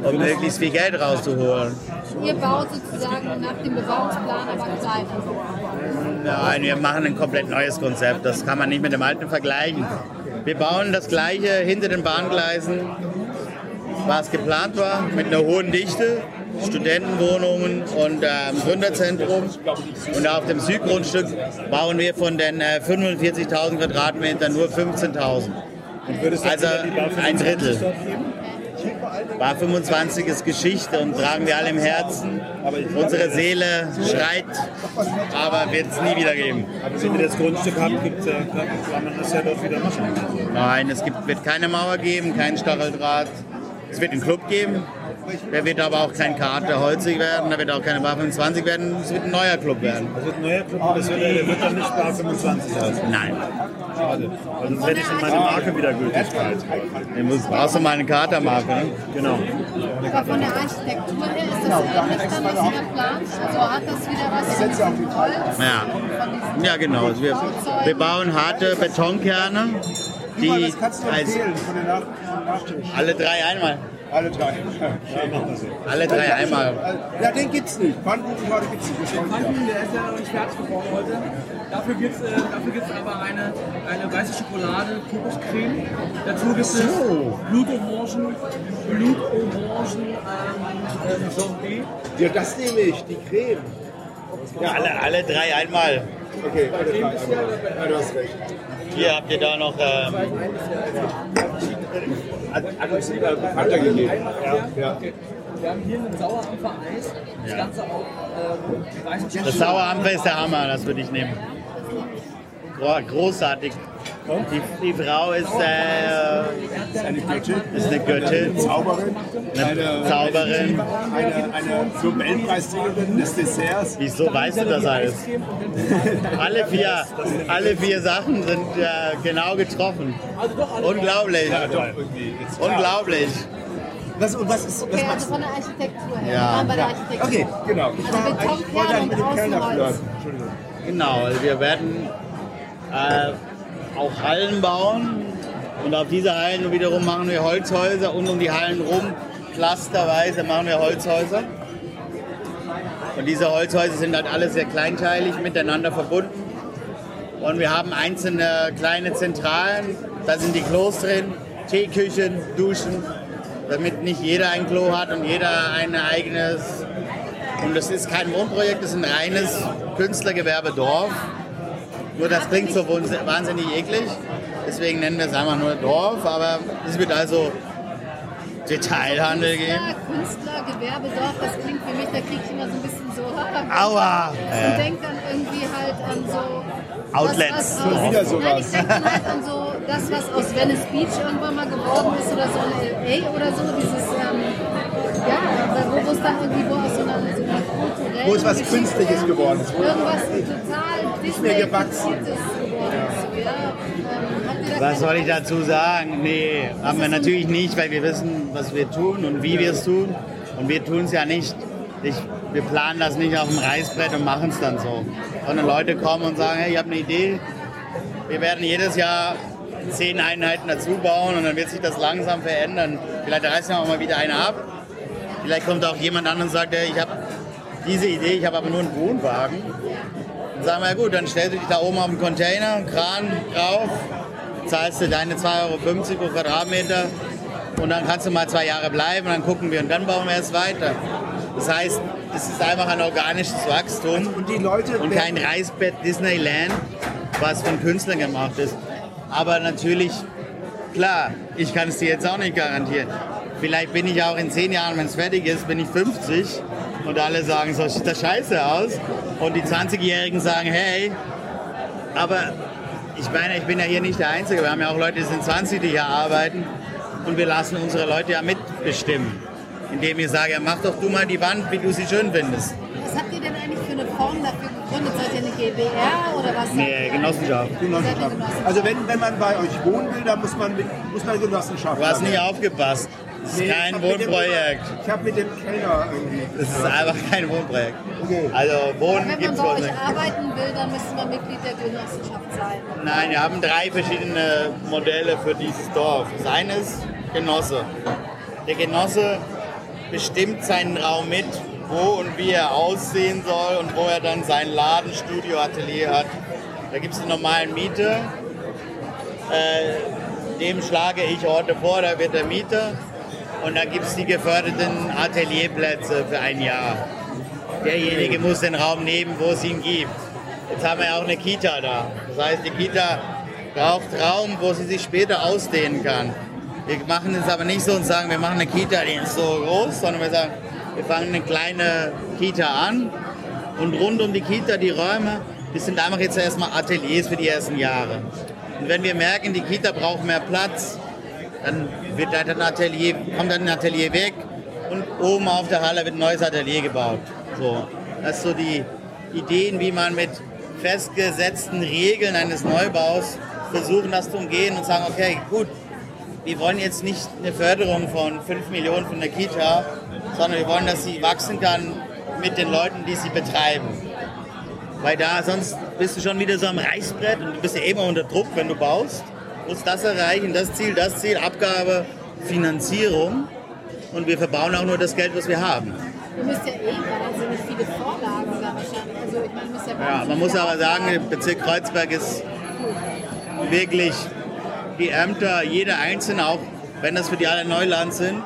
[SPEAKER 6] um möglichst viel Geld rauszuholen.
[SPEAKER 7] Ihr baut sozusagen nach dem Bebauungsplan, aber kleiner.
[SPEAKER 6] Nein, wir machen ein komplett neues Konzept. Das kann man nicht mit dem alten vergleichen. Wir bauen das gleiche hinter den Bahngleisen, was geplant war, mit einer hohen Dichte, Studentenwohnungen und ähm, Gründerzentrum. Und auf dem Südgrundstück bauen wir von den äh, 45.000 Quadratmetern nur 15.000. Also ein Drittel. Bar 25 ist Geschichte und tragen wir alle im Herzen. Unsere Seele schreit, aber wird es nie wieder geben.
[SPEAKER 2] Aber wenn wir das Grundstück haben, gibt's, äh, kann man das ja dort wieder machen.
[SPEAKER 6] Nein, es gibt, wird keine Mauer geben, keinen Stacheldraht. Es wird einen Club geben. Der wird aber auch kein Kater holzig werden, da wird auch keine Bar 25 werden, es wird ein neuer Club werden.
[SPEAKER 2] Das wird Also ein neuer Club, das wird, der wird dann nicht Bar 25 heißen.
[SPEAKER 6] Nein,
[SPEAKER 2] Schade. Weil Also sonst hätte ich dann meine Marke wieder Gültigkeit.
[SPEAKER 6] du musst- brauchst du mal eine Katermarke. Ne?
[SPEAKER 2] Genau.
[SPEAKER 7] Aber von der Architektur her Genau, ist das ähnlich dann, was ihr plant. Also hat das wieder was von diesem Holz,
[SPEAKER 6] Ja.
[SPEAKER 7] von diesem
[SPEAKER 6] ja, genau. Also wir, wir bauen harte Betonkerne, die
[SPEAKER 1] was kannst du
[SPEAKER 6] als
[SPEAKER 1] empfehlen von den Nach- vom Nachtisch?
[SPEAKER 6] alle drei einmal.
[SPEAKER 1] Alle drei.
[SPEAKER 6] Alle drei einmal.
[SPEAKER 1] Ja, den gibt's nicht. Pfannkuchen heute gibt's nicht. Das kommt ja.
[SPEAKER 8] Mandeln, der ist ja noch nicht fertig geworden heute. Dafür gibt es äh, dafür gibt's aber eine, eine weiße Schokolade, Kokoscreme. Dazu gibt es Blutorangen, Blutorangen, ähm, äh, Sorbet.
[SPEAKER 1] Ja, das nehme ich, die Creme.
[SPEAKER 6] Ja, alle, alle drei einmal.
[SPEAKER 1] Okay, alle drei. einmal. Ja, du hast recht.
[SPEAKER 6] Hier habt ihr da noch ähm,
[SPEAKER 1] Hat uns lieber Panther gegeben. Ja. ja.
[SPEAKER 8] Wir haben hier einen Sauerampfer-Eis. Das Ganze auch ähm, weißen
[SPEAKER 6] das Sauerampfer ist der Hammer, das würde ich nehmen. Gro- Großartig. Die, die Frau ist äh,
[SPEAKER 1] Eine Göttin,
[SPEAKER 6] ist eine Göttin,
[SPEAKER 1] Zauberin,
[SPEAKER 6] eine Zauberin.
[SPEAKER 1] eine, eine Nobelpreisträgerin des Desserts.
[SPEAKER 6] Wieso weißt du das alles? Alle vier, alle vier Sachen sind äh, genau getroffen. Unglaublich. Unglaublich.
[SPEAKER 1] Was, und was ist
[SPEAKER 7] Okay, also von der Architektur her.
[SPEAKER 6] Ja.
[SPEAKER 7] Wir waren bei der Architektur.
[SPEAKER 1] Okay, genau. Ich
[SPEAKER 7] Also
[SPEAKER 1] wollte
[SPEAKER 7] Betonkern
[SPEAKER 1] eigentlich
[SPEAKER 7] und
[SPEAKER 1] mit dem Kellner
[SPEAKER 7] Außenholz.
[SPEAKER 1] flirten. Entschuldigung.
[SPEAKER 6] Genau, also wir werden äh, auch Hallen bauen und auf diese Hallen wiederum machen wir Holzhäuser und um die Hallen rum, clusterweise machen wir Holzhäuser. Und diese Holzhäuser sind halt alle sehr kleinteilig miteinander verbunden. Und wir haben einzelne kleine Zentralen, da sind die Klos drin, Teeküchen, Duschen, damit nicht jeder ein Klo hat und jeder ein eigenes. Und das ist kein Wohnprojekt, das ist ein reines Künstlergewerbedorf. Nur das klingt so wahns- wahnsinnig eklig, deswegen nennen wir es einfach nur Dorf, aber es wird also Detailhandel geben.
[SPEAKER 7] Künstler, Künstler, Gewerbedorf, das klingt für mich, da kriege ich immer so ein bisschen so.
[SPEAKER 6] Aua!
[SPEAKER 7] Und denk dann irgendwie halt an so.
[SPEAKER 6] Outlets.
[SPEAKER 7] Das, was aus,
[SPEAKER 1] wieder sowas.
[SPEAKER 7] Nein, ich denke dann halt an so das, was aus Venice Beach irgendwann mal geworden ist oder so in LA oder so. Dieses, ähm, ja, wo wo es dann irgendwie wo aus so einer, so einer kulturellen.
[SPEAKER 1] Wo es was
[SPEAKER 7] Geschichte
[SPEAKER 1] Künstliches geworden ist, wo-
[SPEAKER 7] Irgendwas total Disney-fixiertes
[SPEAKER 1] gewachsen.
[SPEAKER 7] geworden ist. So, ja. ähm, habt ihr da keine
[SPEAKER 6] Was soll ich
[SPEAKER 7] Angst?
[SPEAKER 6] dazu sagen? Nee, haben wir natürlich nicht, weil wir wissen, was wir tun und wie wir es tun. Und wir tun es ja nicht. Ich, wir planen das nicht auf dem Reißbrett und machen es dann so. Sondern Leute kommen und sagen, hey, ich habe eine Idee. Wir werden jedes Jahr zehn Einheiten dazu bauen und dann wird sich das langsam verändern. Vielleicht reißen wir auch mal wieder eine ab. Vielleicht kommt auch jemand an und sagt, hey, ich habe diese Idee, ich habe aber nur einen Wohnwagen. Dann sagen wir, ja gut, dann stellst du dich da oben auf den Container, Kran drauf, zahlst du deine 2,50 Euro pro Quadratmeter und dann kannst du mal zwei Jahre bleiben und dann gucken wir und dann bauen wir es weiter. Das heißt, es ist einfach ein organisches Wachstum
[SPEAKER 1] Und die Leute
[SPEAKER 6] und kein Reisbett Disneyland, was von Künstlern gemacht ist. Aber natürlich, klar, ich kann es dir jetzt auch nicht garantieren. Vielleicht bin ich auch in zehn Jahren, wenn es fertig ist, bin ich 50 und alle sagen, so sieht das scheiße aus. Und die 20-Jährigen sagen, hey, aber ich meine, ich bin ja hier nicht der Einzige. Wir haben ja auch Leute, die sind 20, die hier arbeiten. Und wir lassen unsere Leute ja mitbestimmen. Indem ich sage, ja, mach doch du mal die Wand, wie du sie schön findest.
[SPEAKER 7] Was habt ihr denn eigentlich für eine Form Form dafür gegründet? Seid ihr eine GBR oder was?
[SPEAKER 6] Nee, Genossenschaft.
[SPEAKER 1] Genossenschaft. Also wenn, wenn man bei euch wohnen will, dann muss man, mit, muss man Genossenschaft
[SPEAKER 6] Du hast
[SPEAKER 1] haben.
[SPEAKER 6] nicht aufgepasst. Das ist
[SPEAKER 1] Nee, ich
[SPEAKER 6] kein
[SPEAKER 1] hab mit dem-
[SPEAKER 6] Wohnprojekt.
[SPEAKER 1] Ich habe mit dem Kellner irgendwie.
[SPEAKER 6] Das ist einfach kein Wohnprojekt.
[SPEAKER 1] Okay.
[SPEAKER 6] Also Wohnen
[SPEAKER 7] Wenn man
[SPEAKER 6] gibt's
[SPEAKER 7] bei
[SPEAKER 6] bei uns
[SPEAKER 7] euch
[SPEAKER 6] nicht.
[SPEAKER 7] arbeiten will, dann müsste man Mitglied der Genossenschaft sein.
[SPEAKER 6] Nein, wir haben drei verschiedene Modelle für dieses Dorf. Das eine ist Genosse. Der Genosse bestimmt seinen Raum mit, wo und wie er aussehen soll und wo er dann sein Laden, Studio, Atelier hat. Da gibt es eine normale Miete. Äh, dem schlage ich Orte vor, da wird er Mieter. Und dann gibt es die geförderten Atelierplätze für ein Jahr. Derjenige muss den Raum nehmen, wo es ihn gibt. Jetzt haben wir ja auch eine Kita da. Das heißt, die Kita braucht Raum, wo sie sich später ausdehnen kann. Wir machen es aber nicht so und sagen, wir machen eine Kita, die ist so groß, sondern wir sagen, wir fangen eine kleine Kita an und rund um die Kita, die Räume, das sind einfach jetzt erstmal Ateliers für die ersten Jahre. Und wenn wir merken, die Kita braucht mehr Platz, dann wird da ein Atelier, kommt dann ein Atelier weg und oben auf der Halle wird ein neues Atelier gebaut. So, das ist so die Ideen, wie man mit festgesetzten Regeln eines Neubaus versuchen, das zu umgehen und sagen, okay, gut, wir wollen jetzt nicht eine Förderung von 5 Millionen von der Kita, sondern wir wollen, dass sie wachsen kann mit den Leuten, die sie betreiben. Weil da sonst bist du schon wieder so am Reißbrett und du bist ja immer unter Druck, wenn du baust. Musst das erreichen, das Ziel, das Ziel, Abgabe, Finanzierung. Und wir verbauen auch nur das Geld, was wir haben.
[SPEAKER 7] Ihr müsst ja eh wahnsinnig viele Vorlagen da wahrscheinlich. Also ich meine, ihr müsst ja
[SPEAKER 6] Ja,
[SPEAKER 7] wahnsinnig
[SPEAKER 6] man muss
[SPEAKER 7] viele
[SPEAKER 6] aber sagen, der
[SPEAKER 7] Auflagen-
[SPEAKER 6] Bezirk Kreuzberg ist wirklich die Ämter, jeder Einzelne, auch wenn das für die alle Neuland sind.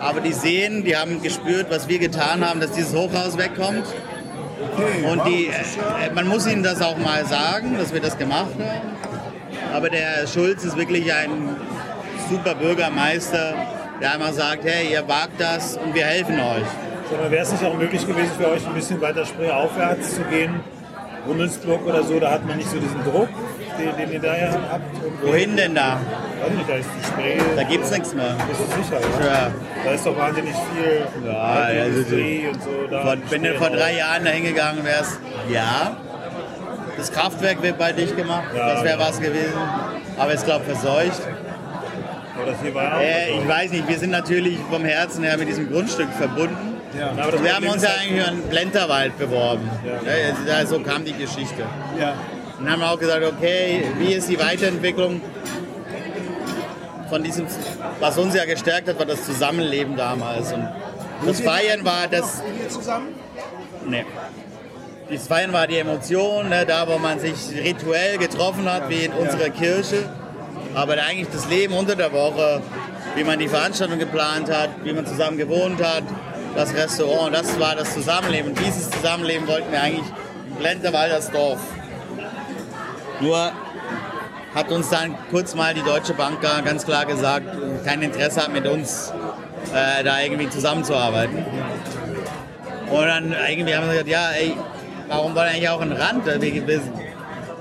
[SPEAKER 6] Aber die sehen, die haben gespürt, was wir getan haben, dass dieses Hochhaus wegkommt. Und die, äh, man muss ihnen das auch mal sagen, dass wir das gemacht haben. Aber der Schulz ist wirklich ein super Bürgermeister, der einmal sagt, hey, ihr wagt das und wir helfen euch.
[SPEAKER 2] Sondern wäre es nicht auch möglich gewesen für euch, ein bisschen weiter Spree aufwärts zu gehen? Rummelsburg oder so, da hat man nicht so diesen Druck, den, den ihr da ja habt. Und
[SPEAKER 6] Wohin denn da?
[SPEAKER 2] Weiß nicht, da ist die Spree.
[SPEAKER 6] Da gibt es nichts mehr.
[SPEAKER 2] Das ist sicher,
[SPEAKER 6] Ja.
[SPEAKER 2] ja. Da ist doch wahnsinnig viel
[SPEAKER 6] Ja,
[SPEAKER 2] alte
[SPEAKER 6] ja, also
[SPEAKER 2] Industrie und so. Da
[SPEAKER 6] Vor, wenn du vor drei
[SPEAKER 2] Jahren.
[SPEAKER 6] Jahren dahin gegangen wärst, ja. Das Kraftwerk wird bei dich gemacht,
[SPEAKER 2] Ja,
[SPEAKER 6] das wäre
[SPEAKER 2] ja.
[SPEAKER 6] was gewesen. Aber ich glaube verseucht.
[SPEAKER 2] Das hier war ja auch
[SPEAKER 6] Äh,
[SPEAKER 2] was
[SPEAKER 6] ich
[SPEAKER 2] Neues.
[SPEAKER 6] weiß nicht, wir sind natürlich vom Herzen her mit diesem Grundstück verbunden.
[SPEAKER 2] Ja, aber das
[SPEAKER 6] Wir haben
[SPEAKER 2] Problem ist
[SPEAKER 6] uns ja
[SPEAKER 2] halt-
[SPEAKER 6] eigentlich an Blenterwald beworben.
[SPEAKER 2] Ja.
[SPEAKER 6] Ja, also da- so kam die Geschichte. Und dann haben wir auch gesagt, okay, wie ist die Weiterentwicklung von diesem, was uns ja gestärkt hat, war das Zusammenleben damals. Und das Feiern war das,
[SPEAKER 1] Hier zusammen?
[SPEAKER 6] Nee. Das Feiern war die Emotion, ne, da wo man sich rituell getroffen hat, wie in unserer Kirche. Aber da eigentlich das Leben unter der Woche, wie man die Veranstaltung geplant hat, wie man zusammen gewohnt hat, das Restaurant, das war das Zusammenleben. Und dieses Zusammenleben wollten wir eigentlich in Blenderwald als Dorf. Nur hat uns dann kurz mal die Deutsche Bank da ganz klar gesagt, kein Interesse hat mit uns äh, da irgendwie zusammenzuarbeiten. Und dann irgendwie haben wir gesagt, ja, ey, warum wollen wir eigentlich auch einen Rand? Wir, wir-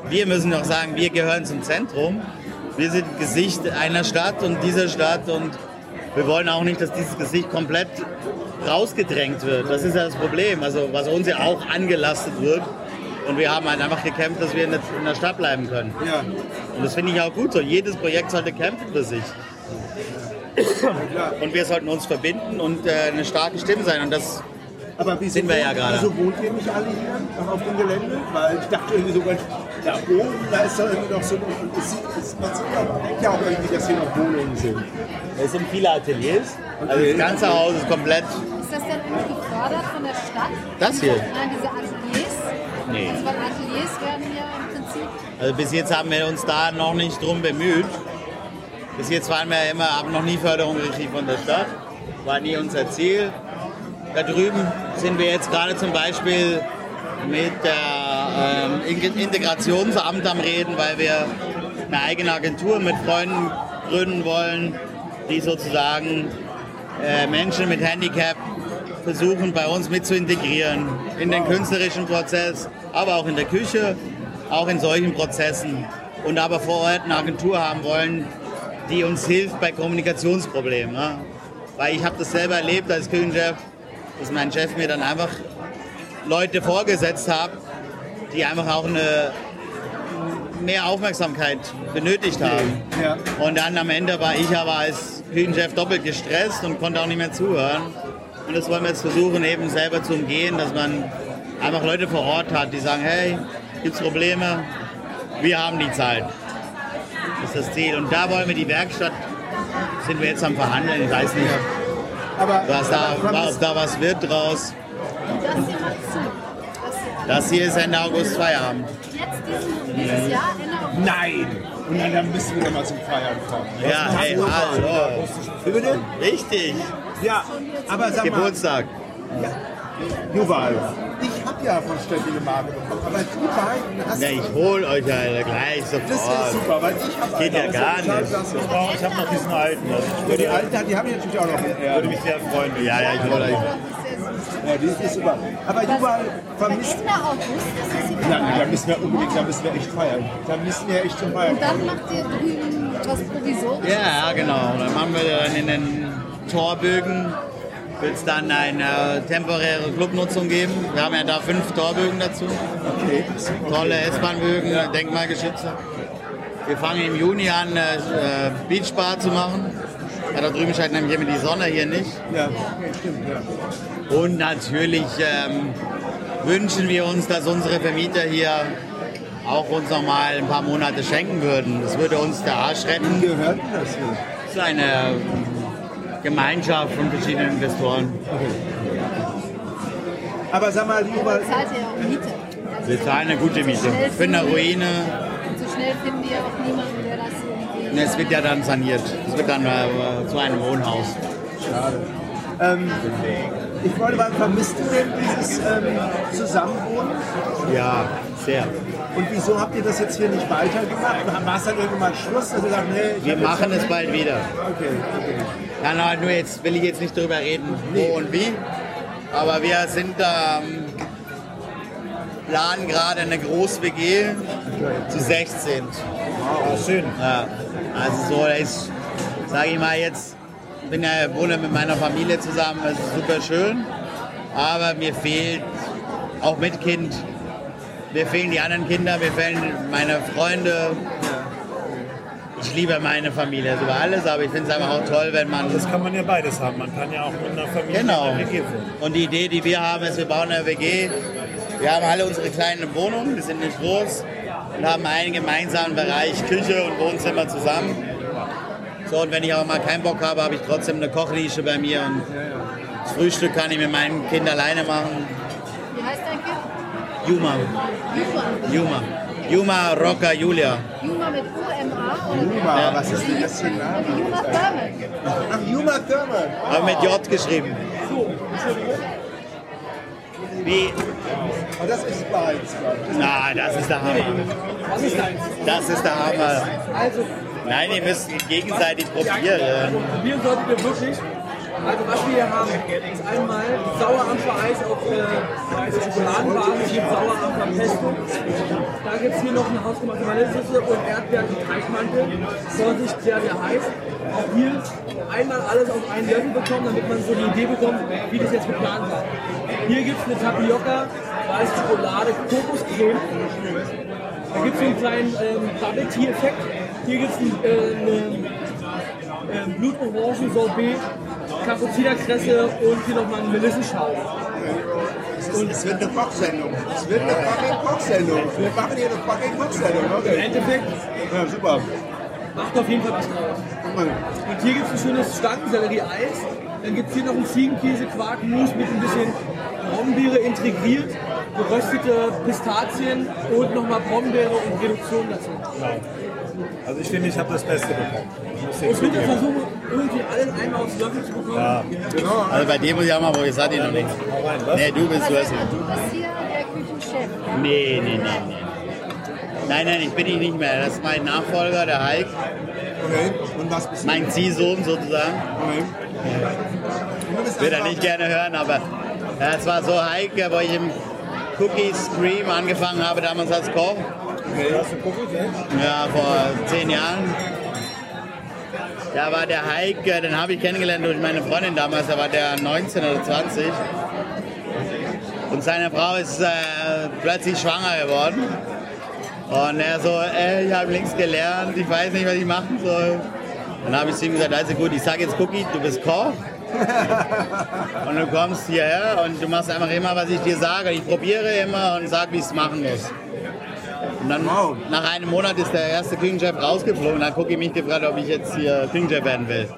[SPEAKER 6] wir müssen doch sagen, wir gehören zum Zentrum. Wir sind Gesicht einer Stadt und dieser Stadt und wir wollen auch nicht, dass dieses Gesicht komplett rausgedrängt wird. Das ist ja das Problem, also was uns ja auch angelastet wird. Und wir haben halt einfach gekämpft, dass wir in der, in der Stadt bleiben können.
[SPEAKER 1] Ja.
[SPEAKER 6] Und das finde ich auch gut so. Jedes Projekt sollte kämpfen für sich. Und wir sollten uns verbinden und äh, eine starke Stimme sein. Und das
[SPEAKER 1] Aber wieso,
[SPEAKER 6] Sind wir ja gerade.
[SPEAKER 1] Wieso wohnt ihr nicht alle hier auf dem Gelände? Weil ich dachte irgendwie so, weil da oben, da ist doch irgendwie noch so ein. Es sieht, es, man sieht ja, man denkt ja auch irgendwie, dass hier noch Wohnungen sind.
[SPEAKER 6] Es sind viele Ateliers. Also das ganze Haus ist komplett.
[SPEAKER 7] Ist das denn irgendwie gefördert von der Stadt?
[SPEAKER 6] Das hier?
[SPEAKER 7] Nein, diese Ateliers.
[SPEAKER 6] Nee.
[SPEAKER 7] Also, weil Ateliers werden ja im Prinzip.
[SPEAKER 6] Also bis jetzt haben wir uns da noch nicht drum bemüht. Bis jetzt waren wir immer, haben noch nie Förderung gekriegt von der Stadt. War nie unser Ziel. Da drüben sind wir jetzt gerade zum Beispiel mit der ähm, Ing- Integrationsamt am Reden, weil wir eine eigene Agentur mit Freunden gründen wollen, die sozusagen äh, Menschen mit Handicap versuchen, bei uns mit zu integrieren. In den künstlerischen Prozess, aber auch in der Küche, auch in solchen Prozessen. Und aber vor Ort eine Agentur haben wollen, die uns hilft bei Kommunikationsproblemen. Ne? Weil ich habe das selber erlebt als Küchenchef, dass mein Chef mir dann einfach Leute vorgesetzt habe, die einfach auch eine mehr Aufmerksamkeit benötigt haben.
[SPEAKER 1] Ja.
[SPEAKER 6] Und dann am Ende war ich aber als Küchenchef doppelt gestresst und konnte auch nicht mehr zuhören. Und das wollen wir jetzt versuchen, eben selber zu umgehen, dass man einfach Leute vor Ort hat, die sagen, hey, gibt's Probleme? Wir haben die Zeit. Das ist das Ziel. Und da wollen wir die Werkstatt, sind wir jetzt am Verhandeln, ich weiß nicht,
[SPEAKER 1] Aber
[SPEAKER 6] was da,
[SPEAKER 1] aber Trump
[SPEAKER 6] ob
[SPEAKER 1] ist,
[SPEAKER 6] da was wird draus.
[SPEAKER 7] Und das hier macht zu. Das hier alles.
[SPEAKER 6] Das hier ist Ende August Feierabend.
[SPEAKER 7] Jetzt
[SPEAKER 6] Mhm.
[SPEAKER 7] diesen, dieses Jahr, Ende August.
[SPEAKER 5] Nein! Und dann- dann müssen wir doch mal zum Feiern kommen.
[SPEAKER 6] Ja, hey, hallo.
[SPEAKER 1] Wie bitte?
[SPEAKER 6] Richtig,
[SPEAKER 1] Ja, aber sag mal,
[SPEAKER 6] Geburtstag.
[SPEAKER 1] Juval, ich habe ja von Steffi eine Marke bekommen, aber die beiden hast
[SPEAKER 6] Ja, ich hol euch alle gleich
[SPEAKER 1] Das ist
[SPEAKER 6] sofort.
[SPEAKER 1] super, weil ich habe
[SPEAKER 6] Geht ja gar nicht.
[SPEAKER 2] Oh, ich habe noch diesen alten. Also ich
[SPEAKER 1] Ja,
[SPEAKER 2] würde,
[SPEAKER 1] die alten, die haben ich natürlich auch noch. Ja,
[SPEAKER 2] würde mich sehr freuen. wenn-
[SPEAKER 6] Ja, ja, ich hol euch.
[SPEAKER 1] ja die ist super. Aber Juval vermisst.
[SPEAKER 7] Ende August ist das hier
[SPEAKER 5] Nein, nein, da
[SPEAKER 7] vorbei.
[SPEAKER 5] müssen wir unbedingt, da müssen wir echt feiern.
[SPEAKER 1] Da müssen wir echt zum Feiern.
[SPEAKER 7] Und dann macht ihr drüben was Provisorisches.
[SPEAKER 6] Ja, ja, genau. Und Dann machen wir dann in den Torbögen wird es dann eine temporäre Clubnutzung geben. Wir haben ja da fünf Torbögen dazu. Tolle S-Bahnbögen, Denkmalgeschütze. Wir fangen im Juni an, äh, äh, Beachbar zu machen. Ja, da drüben scheint nämlich immer die Sonne, hier nicht.
[SPEAKER 1] Ja, okay, stimmt. Ja.
[SPEAKER 6] Und natürlich ähm, wünschen wir uns, dass unsere Vermieter hier auch uns nochmal ein paar Monate schenken würden. Das würde uns der Arsch retten.
[SPEAKER 1] Wir hörten das hier.
[SPEAKER 6] Es ist eine Gemeinschaft von verschiedenen Investoren.
[SPEAKER 1] Aber sag mal, Juval,
[SPEAKER 7] Zahlt ihr ja auch Miete. Also
[SPEAKER 6] Wir zahlen eine gute Miete. Für eine Ruine.
[SPEAKER 7] Und so schnell finden die ja auch niemanden, der das irgendwie.
[SPEAKER 6] Und Ne, es wird ja dann saniert. Es wird dann äh, zu einem Wohnhaus.
[SPEAKER 1] ich wollte mal, vermisst du denn dieses ähm, Zusammenwohnen?
[SPEAKER 6] Ja, sehr.
[SPEAKER 1] Und wieso habt ihr das jetzt hier nicht weitergemacht? War es dann irgendwann Schluss, dass ihr sagt, nee, ich
[SPEAKER 6] Wir
[SPEAKER 1] hab jetzt-
[SPEAKER 6] machen es bald wieder.
[SPEAKER 1] Okay, okay.
[SPEAKER 6] Kann halt nur jetzt, will ich jetzt nicht drüber reden, wo und wie. Aber wir sind ähm, planen gerade eine groß WG zu 16. schön. Ja. Also so, da ist, sage ich mal jetzt, bin ja wohne mit meiner Familie zusammen, das ist super schön. Aber mir fehlt auch mit Kind, mir fehlen die anderen Kinder, mir fehlen meine Freunde. Ich liebe meine Familie über alles, aber ich finde es einfach auch toll, wenn man
[SPEAKER 2] Das kann man ja beides haben. Man kann ja auch mit einer Familie
[SPEAKER 6] Genau.
[SPEAKER 2] in der WG wohnen.
[SPEAKER 6] Und die Idee, die wir haben, ist, wir bauen eine WG. Wir haben alle unsere kleinen Wohnungen, die sind nicht groß und haben einen gemeinsamen Bereich Küche und Wohnzimmer zusammen. So, und wenn ich auch mal keinen Bock habe, habe ich trotzdem eine Kochnische bei mir und das Frühstück kann ich mit meinem Kind alleine machen.
[SPEAKER 7] Wie heißt dein Kind?
[SPEAKER 6] Juma,
[SPEAKER 7] Juma.
[SPEAKER 6] Juma, Juma, Rocker, Julia.
[SPEAKER 7] Juma mit UMA oder mit
[SPEAKER 1] Juma, was ist denn das für ein
[SPEAKER 7] Oder
[SPEAKER 1] Name?
[SPEAKER 7] Juma Thurman.
[SPEAKER 1] Ach, Juma Thurman.
[SPEAKER 6] Aber mit J geschrieben. Wie?
[SPEAKER 1] Und das ist bereits, glaube ich.
[SPEAKER 6] Na, das ist der Hammer. Das ist der Hammer.
[SPEAKER 8] Also,
[SPEAKER 6] Nein, ihr müsst gegenseitig probieren.
[SPEAKER 8] probieren solltet ihr wirklich. Also was wir hier haben, ist einmal Sauerampfer-Eis auf äh, Schokoladenbasis mit Sauerampfer-Pesto. Da gibt es hier noch eine hausgemachte Vanillesauce und Erdbeeren und Teigmantel. Vorsicht, sehr, sehr heiß. Auch hier einmal alles auf einen Löffel bekommen, damit man so die Idee bekommt, wie das jetzt geplant war. Hier gibt es eine Tapioca, weiße Schokolade, Kokoscreme. Da gibt es einen kleinen ähm, Bubble Tea Effekt. Hier gibt es einen äh, ähm, Blutorangen Sorbet, Kapuzinerkresse und hier nochmal einen Melissenschaum.
[SPEAKER 1] Und es wird eine Kochsendung. Es wird eine fucking Kochsendung. Wir machen hier eine fucking Kochsendung.
[SPEAKER 8] Im
[SPEAKER 1] Okay.
[SPEAKER 8] Endeffekt
[SPEAKER 1] Ja, super.
[SPEAKER 8] macht auf jeden Fall was draus.
[SPEAKER 1] Guck mal.
[SPEAKER 8] Und hier gibt es ein schönes Stangensellerie-Eis. Dann gibt es hier noch einen Ziegenkäse-Quark-Mousse mit ein bisschen Brombeere integriert, geröstete Pistazien und nochmal Brombeere und Reduktion dazu.
[SPEAKER 2] Also ich finde, ich habe das Beste bekommen. Ich muss den
[SPEAKER 8] Und bitte
[SPEAKER 2] zugeben.
[SPEAKER 8] versuchen, irgendwie alles einmal aufs Löffel zu bekommen.
[SPEAKER 6] Also bei dem muss ich auch mal, wo ich sag dir noch nichts. Nee, du bist
[SPEAKER 7] Also,
[SPEAKER 6] du hast
[SPEAKER 7] du bist hier der Küchenchef. Ja?
[SPEAKER 6] Nee, nee, nee, nee. Nein, nein, ich bin ich nicht mehr. Das ist mein Nachfolger, der Hulk.
[SPEAKER 1] Okay. Und was bist du?
[SPEAKER 6] Mein Ziehsohn sozusagen.
[SPEAKER 1] Okay. Und du bist
[SPEAKER 6] Wird er
[SPEAKER 1] einfach-
[SPEAKER 6] nicht gerne hören, aber ja, es war so heikel, wo ich im Cookie Scream angefangen habe, damals als Koch. Ja, vor zehn Jahren. Da war der Heike, den habe ich kennengelernt durch meine Freundin damals, da war der 19 oder 20. Und seine Frau ist äh, plötzlich schwanger geworden. Und er so, ey, ich habe links gelernt, ich weiß nicht, was ich machen soll. Dann habe ich zu ihm gesagt, also gut, ich sage jetzt Cookie, du bist Koch. Und du kommst hierher und du machst einfach immer, was ich dir sage. Ich probiere immer und sag, wie ich es machen muss. Und dann nach einem Monat ist der erste Küchenchef rausgeflogen. Dann hat Cookie mich gefragt, ob ich jetzt hier Küchenchef werden will.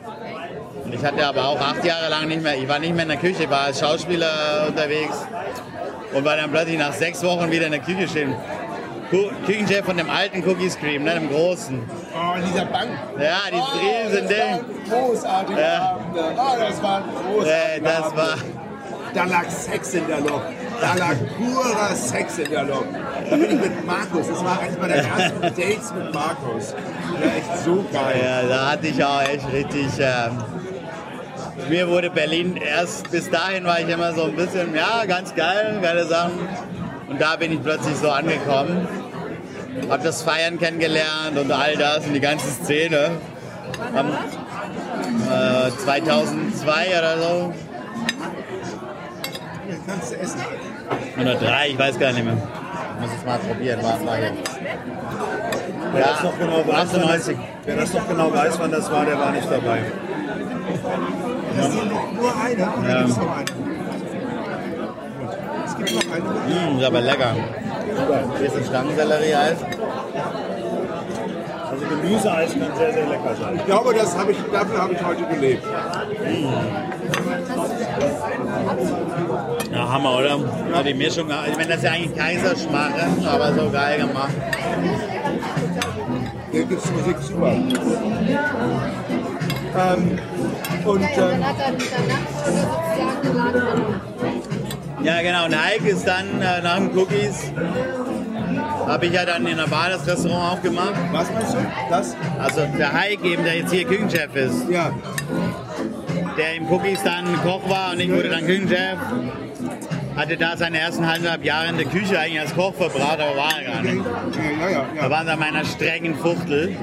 [SPEAKER 6] Und ich hatte aber auch acht Jahre lang nicht mehr, ich war nicht mehr in der Küche, war als Schauspieler unterwegs und war dann plötzlich nach sechs Wochen wieder in der Küche stehen. Ku- Küchenchef von dem alten Cookie Scream, ne, dem großen.
[SPEAKER 1] Oh, in dieser Bank.
[SPEAKER 6] Ja, die
[SPEAKER 1] Oh, das
[SPEAKER 6] riesen
[SPEAKER 1] war
[SPEAKER 6] Ding.
[SPEAKER 1] ein großartiger
[SPEAKER 6] Ja.
[SPEAKER 1] Abend. Ah, das war ein großartiger
[SPEAKER 6] Äh, das
[SPEAKER 1] Abend.
[SPEAKER 6] war.
[SPEAKER 1] Da lag Sex in der Luft. Da lag purer Sex in der Luft. Da bin ich mit Markus. Das war eines meiner ersten Dates mit Markus. Ja, echt so geil.
[SPEAKER 6] Ja, da hatte ich auch echt richtig. Ähm, mir wurde Berlin erst bis dahin war ich immer so ein bisschen, ja, ganz geil, geile Sachen. Und da bin ich plötzlich so angekommen. Hab das Feiern kennengelernt und all das und die ganze Szene. Am, äh, 2002 oder so.
[SPEAKER 1] Kannst du essen?
[SPEAKER 6] Oder drei, ich weiß gar nicht mehr. Muss es mal probieren, warte mal.
[SPEAKER 2] Wer das
[SPEAKER 6] Ja,
[SPEAKER 2] noch genau weiß, wann das,
[SPEAKER 6] 98.
[SPEAKER 2] wer das noch genau weiß, wann das war, der war nicht dabei.
[SPEAKER 1] Ist hier noch nur einer oder
[SPEAKER 6] Ja.
[SPEAKER 1] gibt es noch einen? Es gibt noch einen.
[SPEAKER 6] Mh, Mm, ist aber lecker. Hier ist ein Stangensellerie-Eis.
[SPEAKER 2] Also Gemüseeis kann sehr, sehr lecker sein.
[SPEAKER 1] Ich glaube, das hab ich, dafür habe ich heute gelebt.
[SPEAKER 6] Ja, Hammer, oder? Ja. Die Mischung, ich meine, das ist ja eigentlich Kaiserschmarre, aber so geil gemacht.
[SPEAKER 1] Hier gibt es Musik super. Ähm, und ähm,
[SPEAKER 3] Ja, und dann hat er mit der Nachfolge sozusagen geladen worden.
[SPEAKER 6] Ja, genau. Und Heike ist dann äh, nach dem Cookies, habe ich ja dann in der Bar das Restaurant aufgemacht.
[SPEAKER 1] was meinst du? Das?
[SPEAKER 6] Also der Heike eben, der jetzt hier Küchenchef ist,
[SPEAKER 1] Ja.
[SPEAKER 6] der im Cookies dann Koch war und ich wurde dann Küchenchef. Hatte da seine ersten halbeinhalb Jahre in der Küche eigentlich als Koch verbracht, aber war er gar nicht.
[SPEAKER 1] Ja, ja, ja.
[SPEAKER 6] Da waren sie an meiner strengen Fuchtel.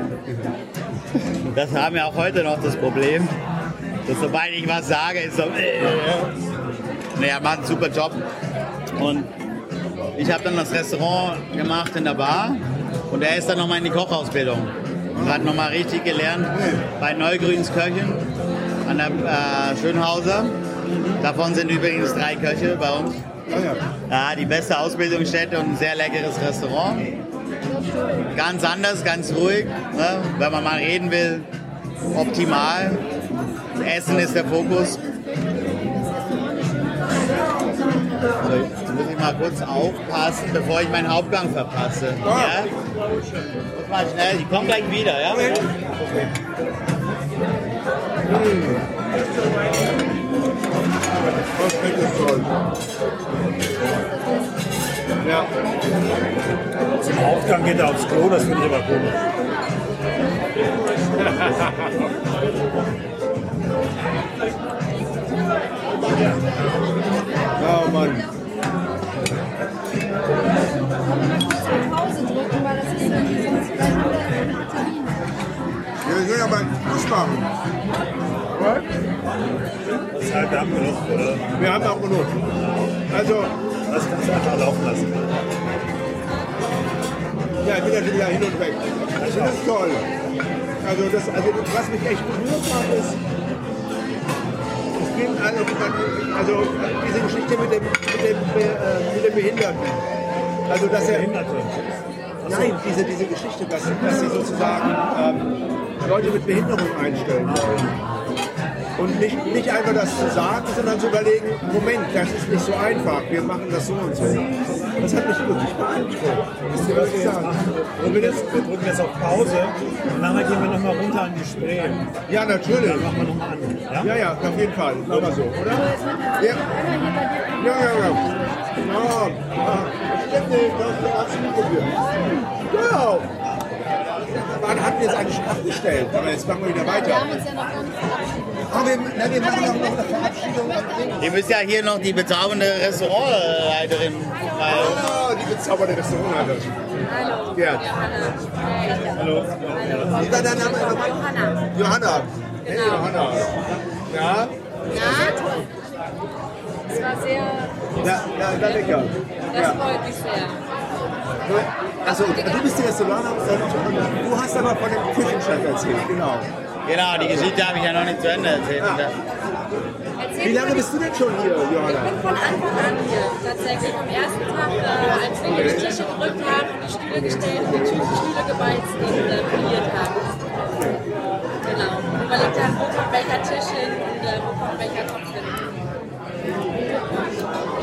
[SPEAKER 6] Das haben wir auch heute noch das Problem. Dass sobald ich was sage, ist so. Äh, nee, er macht einen super Job. Und ich habe dann das Restaurant gemacht in der Bar. Und er ist dann nochmal in die Kochausbildung. Und hat nochmal richtig gelernt bei Neugrüns Köchen an der äh, Schönhauser. Davon sind übrigens drei Köche bei uns.
[SPEAKER 1] Ah, ja.
[SPEAKER 6] Ja, die beste Ausbildungsstätte und ein sehr leckeres Restaurant. Ganz anders, ganz ruhig. Ne? Wenn man mal reden will, optimal. Essen ist der Fokus. So, jetzt muss ich mal kurz aufpassen, bevor ich meinen Hauptgang verpasse. Ja? Muss mal schnell, ich komme gleich wieder, ja?
[SPEAKER 1] Das schmeckt jetzt toll. Ja.
[SPEAKER 2] Zum Aufgang geht er aufs Klo, das finde ich aber komisch.
[SPEAKER 1] Oh Mann.
[SPEAKER 3] Pause drücken, weil das ist irgendwie sonst vielleicht wieder eine Batterien.
[SPEAKER 1] Wir können ja mal einen Kuss machen.
[SPEAKER 2] Das ist halt haben genug, oder?
[SPEAKER 1] Wir haben auch genug. Also,
[SPEAKER 2] Das kannst du einfach laufen lassen.
[SPEAKER 1] ja, ich bin ja schon wieder hin und weg. Ich finde das toll. Also, das, also was mich echt berührt hat, ist, es ging also, also diese Geschichte mit dem, mit dem, äh, mit dem Behinderten. Also, dass er,
[SPEAKER 2] Behinderte.
[SPEAKER 1] Nein, diese, diese Geschichte, dass, dass sie sozusagen ähm, Leute mit Behinderung einstellen wollen. Und nicht, nicht einfach das zu sagen, sondern zu überlegen, Moment, das ist nicht so einfach, wir machen das so und so. Das hat mich wirklich beeindruckt. Das muss ich sagen. Und wenn das,
[SPEAKER 2] Wir drücken jetzt auf Pause und nachher gehen wir nochmal runter an die Spree.
[SPEAKER 1] ja, natürlich.
[SPEAKER 2] Dann machen wir nochmal an. Ja?
[SPEAKER 1] Ja, ja, auf jeden Fall. Machen wir so, oder? Ja. Ja, ja, ja. Ah, Ja, ja. Stimmt, nee, das ist absolut probiert. Genau. Ja. Wann hatten wir es eigentlich schon abgestellt? Aber jetzt machen wir wieder
[SPEAKER 3] Wir
[SPEAKER 1] weiter.
[SPEAKER 3] haben uns ja noch gar nicht verabschiedet.
[SPEAKER 1] Ah, wir, na, wir machen noch eine Verabschiedung.
[SPEAKER 6] Ihr müsst ja hier noch die bezaubernde Restaurantleiterin. Weil
[SPEAKER 1] Ah, die bezaubernde Restaurantleiterin. Hallo. Gerd. Hallo. Wie war dein Name? Johanna. Johanna. Hey, Johanna. Ja?
[SPEAKER 3] Ja, toll. Es war sehr
[SPEAKER 1] Ja, ja, ja lecker.
[SPEAKER 9] Das freut mich sehr.
[SPEAKER 1] Also, du bist die Restauraner und du hast aber von dem Küchenchef erzählt, genau.
[SPEAKER 6] Genau, die Geschichte habe ich ja noch nicht zu Ende erzählt.
[SPEAKER 1] Ja.
[SPEAKER 9] Erzähl
[SPEAKER 1] Wie lange
[SPEAKER 9] mal-
[SPEAKER 1] bist du denn schon hier,
[SPEAKER 9] Ich
[SPEAKER 1] Johanna?
[SPEAKER 9] bin von Anfang an hier, tatsächlich. Am ersten Tag, äh, als wir hier die Tische gerückt haben, die Stühle gestellt und die Stühle, Stühle gebeizt, die wir dann poliert haben. Genau. Und Überlegt haben, wo kommt welcher Tisch hin und äh, wo kommt welcher Kopf hin.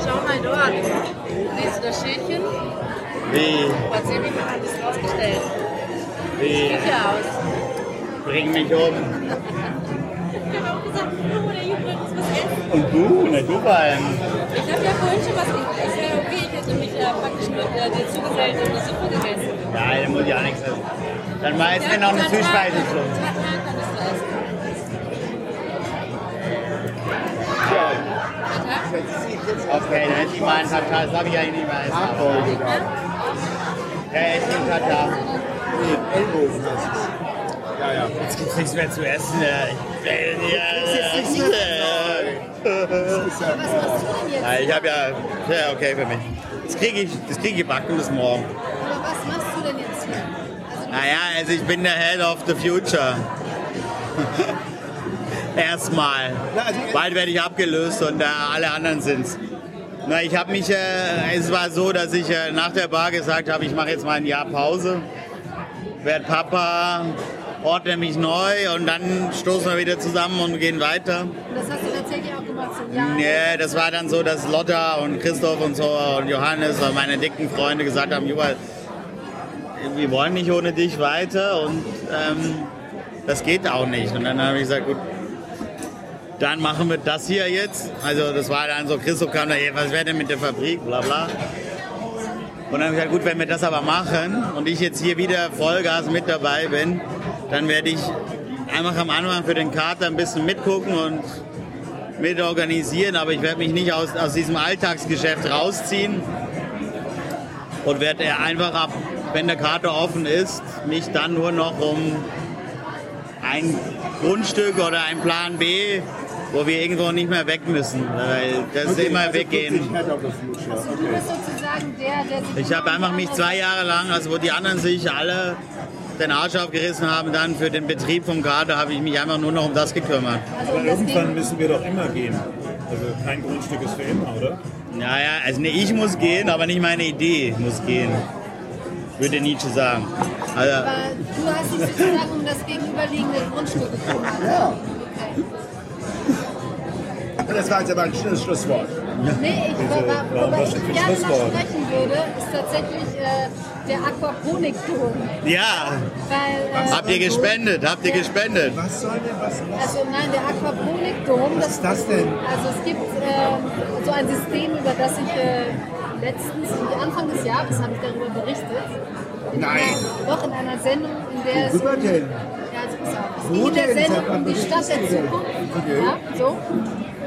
[SPEAKER 3] Schau mal dort. Siehst du das Schildchen?
[SPEAKER 6] Wie,
[SPEAKER 3] Vor 10 Minuten hat es rausgestellt.
[SPEAKER 6] wie,
[SPEAKER 3] Sieht ja aus.
[SPEAKER 6] bring mich um.
[SPEAKER 9] Ich habe auch gesagt, oh, der Jubel ist was essen.
[SPEAKER 6] Und du, ne, du beim.
[SPEAKER 9] Ich habe ja vorhin schon was gegessen. Ich sage, okay, ich hätte mich äh, praktisch nur äh, dir zugesellt und die Suppe gegessen.
[SPEAKER 6] Nein, da muss ich auch nichts essen. Dann mache ich mir noch eine
[SPEAKER 9] Tatar-
[SPEAKER 6] Süßspeise zu.
[SPEAKER 9] Tatar könntest du essen. Tatar?
[SPEAKER 6] Okay, dann hätte ich mal einen Tatar, das habe ich eigentlich nicht mehr essen. Aber, ja, jetzt einen Tatar.
[SPEAKER 1] Ellbogen heißt es.
[SPEAKER 6] Jetzt gibt es nichts mehr zu essen. äh, Ich, äh, ja,
[SPEAKER 1] nichts
[SPEAKER 3] Was machst du denn jetzt?
[SPEAKER 6] äh, ich habe ja, ja, okay für mich. Das kriege ich, das krieg ich gebacken bis morgen.
[SPEAKER 3] Aber was machst du denn jetzt hier? Also,
[SPEAKER 6] Naja, also ich bin der Head of the Future. Erstmal. Bald werde ich abgelöst und äh, alle anderen sind's. Na, ich habe mich, äh, es war so, dass ich äh, nach der Bar gesagt habe, ich mache jetzt mal ein Jahr Pause, werde Papa, ordne mich neu und dann stoßen wir wieder zusammen und gehen weiter.
[SPEAKER 3] das hast du tatsächlich auch gemacht zum Jahr.
[SPEAKER 6] Nee, das war dann so, dass Lotta und Christoph und so und Johannes und meine dicken Freunde gesagt haben, Juba, wir wollen nicht ohne dich weiter und ähm, das geht auch nicht. Und dann habe ich gesagt, gut, dann machen wir das hier jetzt. Also das war dann so, Christoph kam da, ey, was wäre denn mit der Fabrik, bla bla. Und dann habe ich gesagt, gut, wenn wir das aber machen und ich jetzt hier wieder Vollgas mit dabei bin, dann werde ich einfach am Anfang für den Kater ein bisschen mitgucken und mit organisieren, aber ich werde mich nicht aus, aus diesem Alltagsgeschäft rausziehen und werde einfach ab, wenn der Karte offen ist, mich dann nur noch um ein Grundstück oder ein Plan B, wo wir irgendwo nicht mehr weg müssen, weil das ist immer weggehen.
[SPEAKER 1] halt
[SPEAKER 3] Also, du bist sozusagen der, der sich
[SPEAKER 6] Ich habe
[SPEAKER 3] genau
[SPEAKER 6] einfach mich
[SPEAKER 3] anders-
[SPEAKER 6] zwei Jahre lang, also wo die anderen sich alle den Arsch aufgerissen haben, dann für den Betrieb vom Kader habe ich mich einfach nur noch um das gekümmert.
[SPEAKER 3] Also,
[SPEAKER 2] Aber
[SPEAKER 3] um das
[SPEAKER 2] irgendwann
[SPEAKER 3] Ding,
[SPEAKER 2] müssen wir doch immer gehen. Also kein Grundstück ist für immer, oder?
[SPEAKER 6] Naja, also nee, ich muss gehen, aber nicht meine Idee muss gehen. Würde Nietzsche sagen. Also,
[SPEAKER 3] aber du hast dich sozusagen um das gegenüberliegende Grundstück gekümmert.
[SPEAKER 1] Ja.
[SPEAKER 3] Okay.
[SPEAKER 1] Das war jetzt aber ein schönes Schlusswort.
[SPEAKER 3] Nee, ich, worüber,
[SPEAKER 2] Also, warum
[SPEAKER 3] worüber
[SPEAKER 2] hast du
[SPEAKER 3] ich
[SPEAKER 2] kein
[SPEAKER 3] gerne mal
[SPEAKER 2] Schlusswort?
[SPEAKER 3] sprechen würde, ist tatsächlich äh, der Aquaponik-Turm.
[SPEAKER 6] ja,
[SPEAKER 3] Weil, äh,
[SPEAKER 6] habt ihr gespendet, habt ihr gespendet.
[SPEAKER 1] Was soll denn was? was?
[SPEAKER 3] Also nein, der Aquaponikdom.
[SPEAKER 1] Was ist das denn?
[SPEAKER 3] Also es gibt äh, so ein System, über das ich äh, letztens, Anfang des Jahres habe ich darüber berichtet. In
[SPEAKER 1] Nein.
[SPEAKER 3] Einer, doch in einer Sendung, in der es
[SPEAKER 1] Worüber denn?
[SPEAKER 3] ja, also pass auf. Es
[SPEAKER 1] Wo
[SPEAKER 3] ging in der
[SPEAKER 1] denn?
[SPEAKER 3] Sendung
[SPEAKER 1] Sag mal,
[SPEAKER 3] um die
[SPEAKER 1] berichten
[SPEAKER 3] Stadt der
[SPEAKER 1] Sie denn?
[SPEAKER 3] Zukunft.
[SPEAKER 1] Okay.
[SPEAKER 3] Ja, so.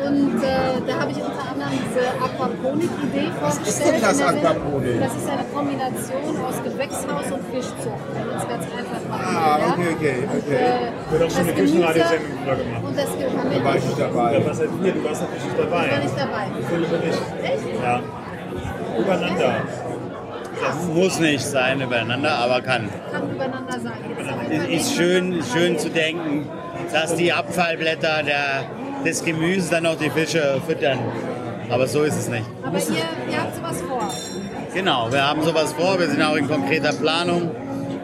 [SPEAKER 3] Und äh, da habe ich unter anderem diese Aquaponik-Idee vorgestellt.
[SPEAKER 1] denn das
[SPEAKER 3] in der Sendung.
[SPEAKER 1] Aquaponik?
[SPEAKER 3] Das ist eine Kombination aus Gewächshaus und Fischzucht, wenn man es ganz einfach macht.
[SPEAKER 1] Ah,
[SPEAKER 3] ja?
[SPEAKER 1] okay, okay, okay.
[SPEAKER 3] Äh,
[SPEAKER 2] Wird auch schon
[SPEAKER 3] das
[SPEAKER 2] eine Küchenradiosendung
[SPEAKER 3] Gemüse
[SPEAKER 2] drüber gemacht.
[SPEAKER 3] Und das Gemüse.
[SPEAKER 1] Da war ich nicht dabei.
[SPEAKER 2] Ja, was halt hier, du warst natürlich nicht
[SPEAKER 3] Ich war
[SPEAKER 2] dabei.
[SPEAKER 3] nicht dabei.
[SPEAKER 2] Philipp und ich.
[SPEAKER 3] Echt?
[SPEAKER 2] Ja. Übereinander.
[SPEAKER 6] Muss nicht sein übereinander, aber kann.
[SPEAKER 3] Kann übereinander sein. Ist auf jeden
[SPEAKER 6] Es
[SPEAKER 3] Fall
[SPEAKER 6] ist schön,
[SPEAKER 3] nebeneinander
[SPEAKER 6] schön zu
[SPEAKER 3] parallel.
[SPEAKER 6] denken, dass die Abfallblätter der, des Gemüses dann auch die Fische füttern. Aber so ist es nicht.
[SPEAKER 3] Aber ihr, ihr habt sowas vor.
[SPEAKER 6] Genau, wir haben sowas vor, wir sind auch in konkreter Planung.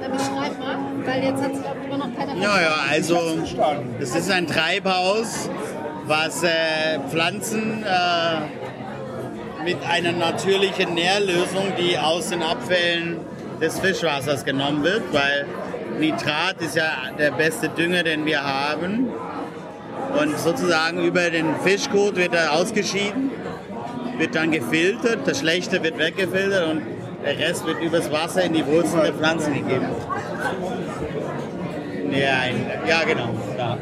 [SPEAKER 3] Dann beschreib mal, weil jetzt hat sich auch immer noch keiner
[SPEAKER 6] Ja, ja, also es ist ein Treibhaus, was äh, Pflanzen äh, mit einer natürlichen Nährlösung, die aus den Abfällen des Fischwassers genommen wird, weil Nitrat ist ja der beste Dünger, den wir haben. Und sozusagen über den Fischkot wird er ausgeschieden, wird dann gefiltert, das Schlechte wird weggefiltert und der Rest wird übers Wasser in die Wurzeln der Pflanzen gegeben. Ja, ein, ja genau. Ja.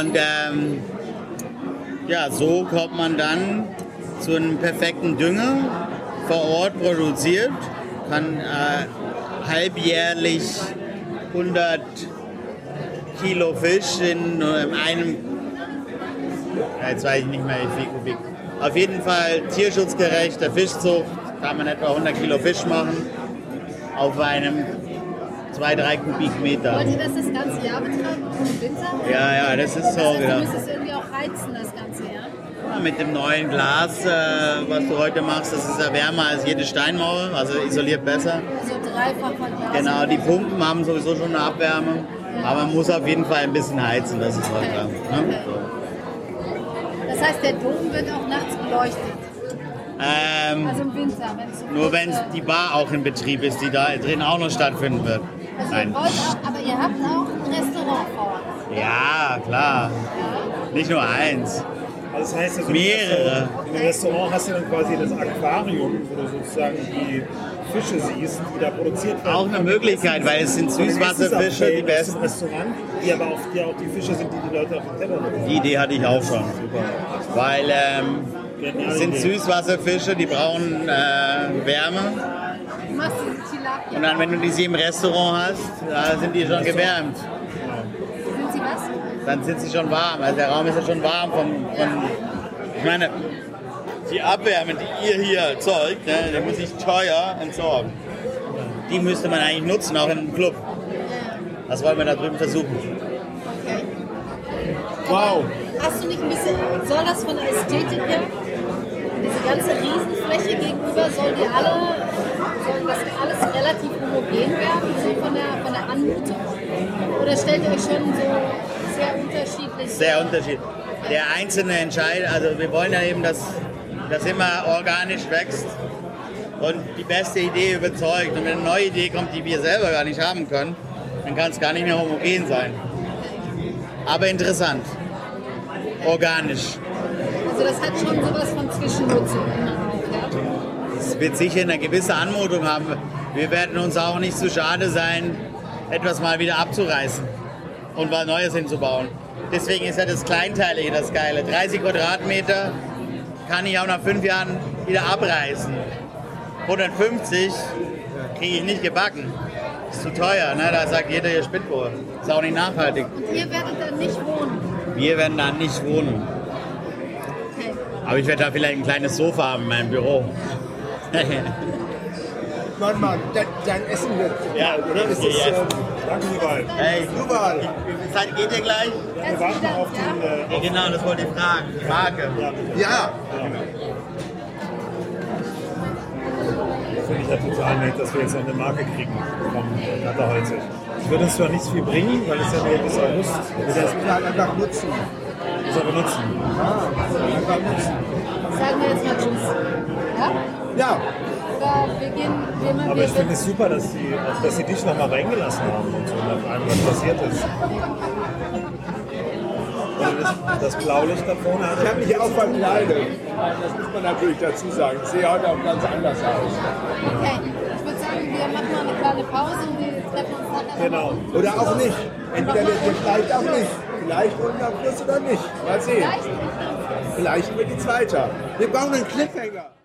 [SPEAKER 6] Und ähm, ja, so kommt man dann zu einem perfekten Dünger, vor Ort produziert, kann äh, halbjährlich 100 Kilo Fisch in, äh, einem Ja, jetzt weiß ich nicht mehr, wie viel Kubik. Auf jeden Fall tierschutzgerechte Fischzucht. Kann man etwa 100 Kilo Fisch machen auf einem 2-3 Kubikmeter.
[SPEAKER 3] Wollt ihr das das ganze Jahr betreiben, ohne Winter?
[SPEAKER 6] Ja, ja, das ist so genau.
[SPEAKER 3] Das heißt,
[SPEAKER 6] wieder.
[SPEAKER 3] du müsst es irgendwie auch reizen, das ganze Jahr.
[SPEAKER 6] Ja, Mit dem neuen Glas, äh, was du heute machst, das ist ja wärmer als jede Steinmauer, also isoliert besser.
[SPEAKER 3] Also dreifach von Glas.
[SPEAKER 6] Genau, die Pumpen haben sowieso schon eine Abwärme, aber man muss auf jeden Fall ein bisschen heizen, das ist voll klar. Ne? So.
[SPEAKER 3] Das heißt, der Dom wird auch nachts beleuchtet.
[SPEAKER 6] Ähm,
[SPEAKER 3] Also im Winter, wenn es so
[SPEAKER 6] nur
[SPEAKER 3] kurz,
[SPEAKER 6] wenn
[SPEAKER 3] äh,
[SPEAKER 6] die Bar auch in Betrieb ist, die da drin auch noch stattfinden wird.
[SPEAKER 3] Also ihr
[SPEAKER 6] Nein.
[SPEAKER 3] wollt auch, aber ihr habt auch ein Restaurant vor Ort.
[SPEAKER 6] Ja, klar. Nicht nur eins.
[SPEAKER 2] Also das heißt, also im
[SPEAKER 6] Mehrere.
[SPEAKER 2] Restaurant- In einem Restaurant hast du dann quasi das Aquarium, wo du sozusagen die Fische siehst, die da produziert werden.
[SPEAKER 6] Auch eine Möglichkeit, weil es sind
[SPEAKER 2] Und dann isst es am
[SPEAKER 6] Süßwasserfische die
[SPEAKER 2] Feld, das ist
[SPEAKER 6] besten.
[SPEAKER 2] ein Restaurant, die aber auch, die auch die Fische sind, die die Leute auf dem Teller haben.
[SPEAKER 6] Die Idee hatte ich auch schon. Weil ähm, es sind
[SPEAKER 2] Idee.
[SPEAKER 6] Süßwasserfische, die brauchen äh, Wärme.
[SPEAKER 3] Du machst diese Tilapia.
[SPEAKER 6] Und dann, wenn du diese im Restaurant hast, da sind die schon gewärmt.
[SPEAKER 3] Sind sie was?
[SPEAKER 6] Dann sind sie schon warm. Also der Raum ist ja schon warm vom. vom ich meine, die Abwärme, die ihr hier erzeugt, ne, die muss ich teuer entsorgen. Die müsste man eigentlich nutzen, auch in einem Club. Das wollen wir da drüben versuchen.
[SPEAKER 3] Okay.
[SPEAKER 6] Wow.
[SPEAKER 3] Hast du nicht ein bisschen, soll das von der Ästhetik her, diese ganze Riesenfläche gegenüber, sollen die alle, soll das alles relativ homogen werden, so von der, von der Anmutung? Oder stellt ihr euch schon so sehr unterschiedlich
[SPEAKER 6] Sehr unterschiedlich. Der einzelne entscheidet, also wir wollen ja eben, dass das immer organisch wächst und die beste Idee überzeugt. Und wenn eine neue Idee kommt, die wir selber gar nicht haben können, dann kann es gar nicht mehr homogen sein. Aber interessant. Organisch.
[SPEAKER 3] Also das hat schon sowas von Zwischennutzung immer auch, ja?
[SPEAKER 6] Es wird sicher eine gewisse Anmutung haben. Wir werden uns auch nicht zu schade sein, etwas mal wieder abzureißen und was Neues hinzubauen. Deswegen ist ja das Kleinteilige das Geile. 30 Quadratmeter kann ich auch nach fünf Jahren wieder abreißen. 150 kriege ich nicht gebacken. Ist zu teuer, ne? da sagt jeder, ihr spinnt wohl. Ist auch nicht nachhaltig.
[SPEAKER 3] Und ihr werdet dann nicht wohnen.
[SPEAKER 6] Wir werden da nicht wohnen.
[SPEAKER 3] Okay.
[SPEAKER 6] Aber ich werde da vielleicht ein kleines Sofa haben in meinem Büro.
[SPEAKER 1] Mann, Mann, dein, dein Essen wird.
[SPEAKER 6] Ja,
[SPEAKER 1] oder? Das ist,
[SPEAKER 6] ja.
[SPEAKER 1] äh,
[SPEAKER 2] Danke, Gewalt.
[SPEAKER 6] hey,
[SPEAKER 1] Überall.
[SPEAKER 6] die Zeit geht ja gleich.
[SPEAKER 2] Wir warten auf den, äh,
[SPEAKER 6] Ja, genau, das wollte ich fragen. Die Marke.
[SPEAKER 1] Ja,
[SPEAKER 2] finde ich ja total nett, dass wir jetzt noch eine Marke kriegen vom Natterholzig. Es wird uns zwar nicht so viel bringen, weil es ja nur bis August
[SPEAKER 1] das
[SPEAKER 2] ist,
[SPEAKER 1] ist halt einfach nutzen.
[SPEAKER 2] ist aber nutzen.
[SPEAKER 1] Einfach nutzen.
[SPEAKER 3] Sagen wir jetzt mal Tschüss. Ja?
[SPEAKER 1] Ja,
[SPEAKER 3] Oder wir gehen, wir machen
[SPEAKER 2] Aber ich finde
[SPEAKER 3] wir
[SPEAKER 2] es super, dass sie, auch, dass sie dich nochmal reingelassen haben und so, nach allem, was passiert ist. Weil das, das Blaulicht da vorne
[SPEAKER 1] ich
[SPEAKER 2] hat.
[SPEAKER 1] habe mich auch verkleidet. Das muss man natürlich dazu sagen. Ich sehe heute auch ganz anders aus.
[SPEAKER 3] Okay. Ich würde sagen, wir machen mal eine kleine Pause und wir treffen uns nachher.
[SPEAKER 2] Genau.
[SPEAKER 1] Oder auch nicht. Entweder wird mir vielleicht auch nicht. Vielleicht unten am Fluss oder nicht. Mal sehen.
[SPEAKER 3] Vielleicht.
[SPEAKER 1] Vielleicht wird die zweite. Wir brauchen einen Cliffhanger.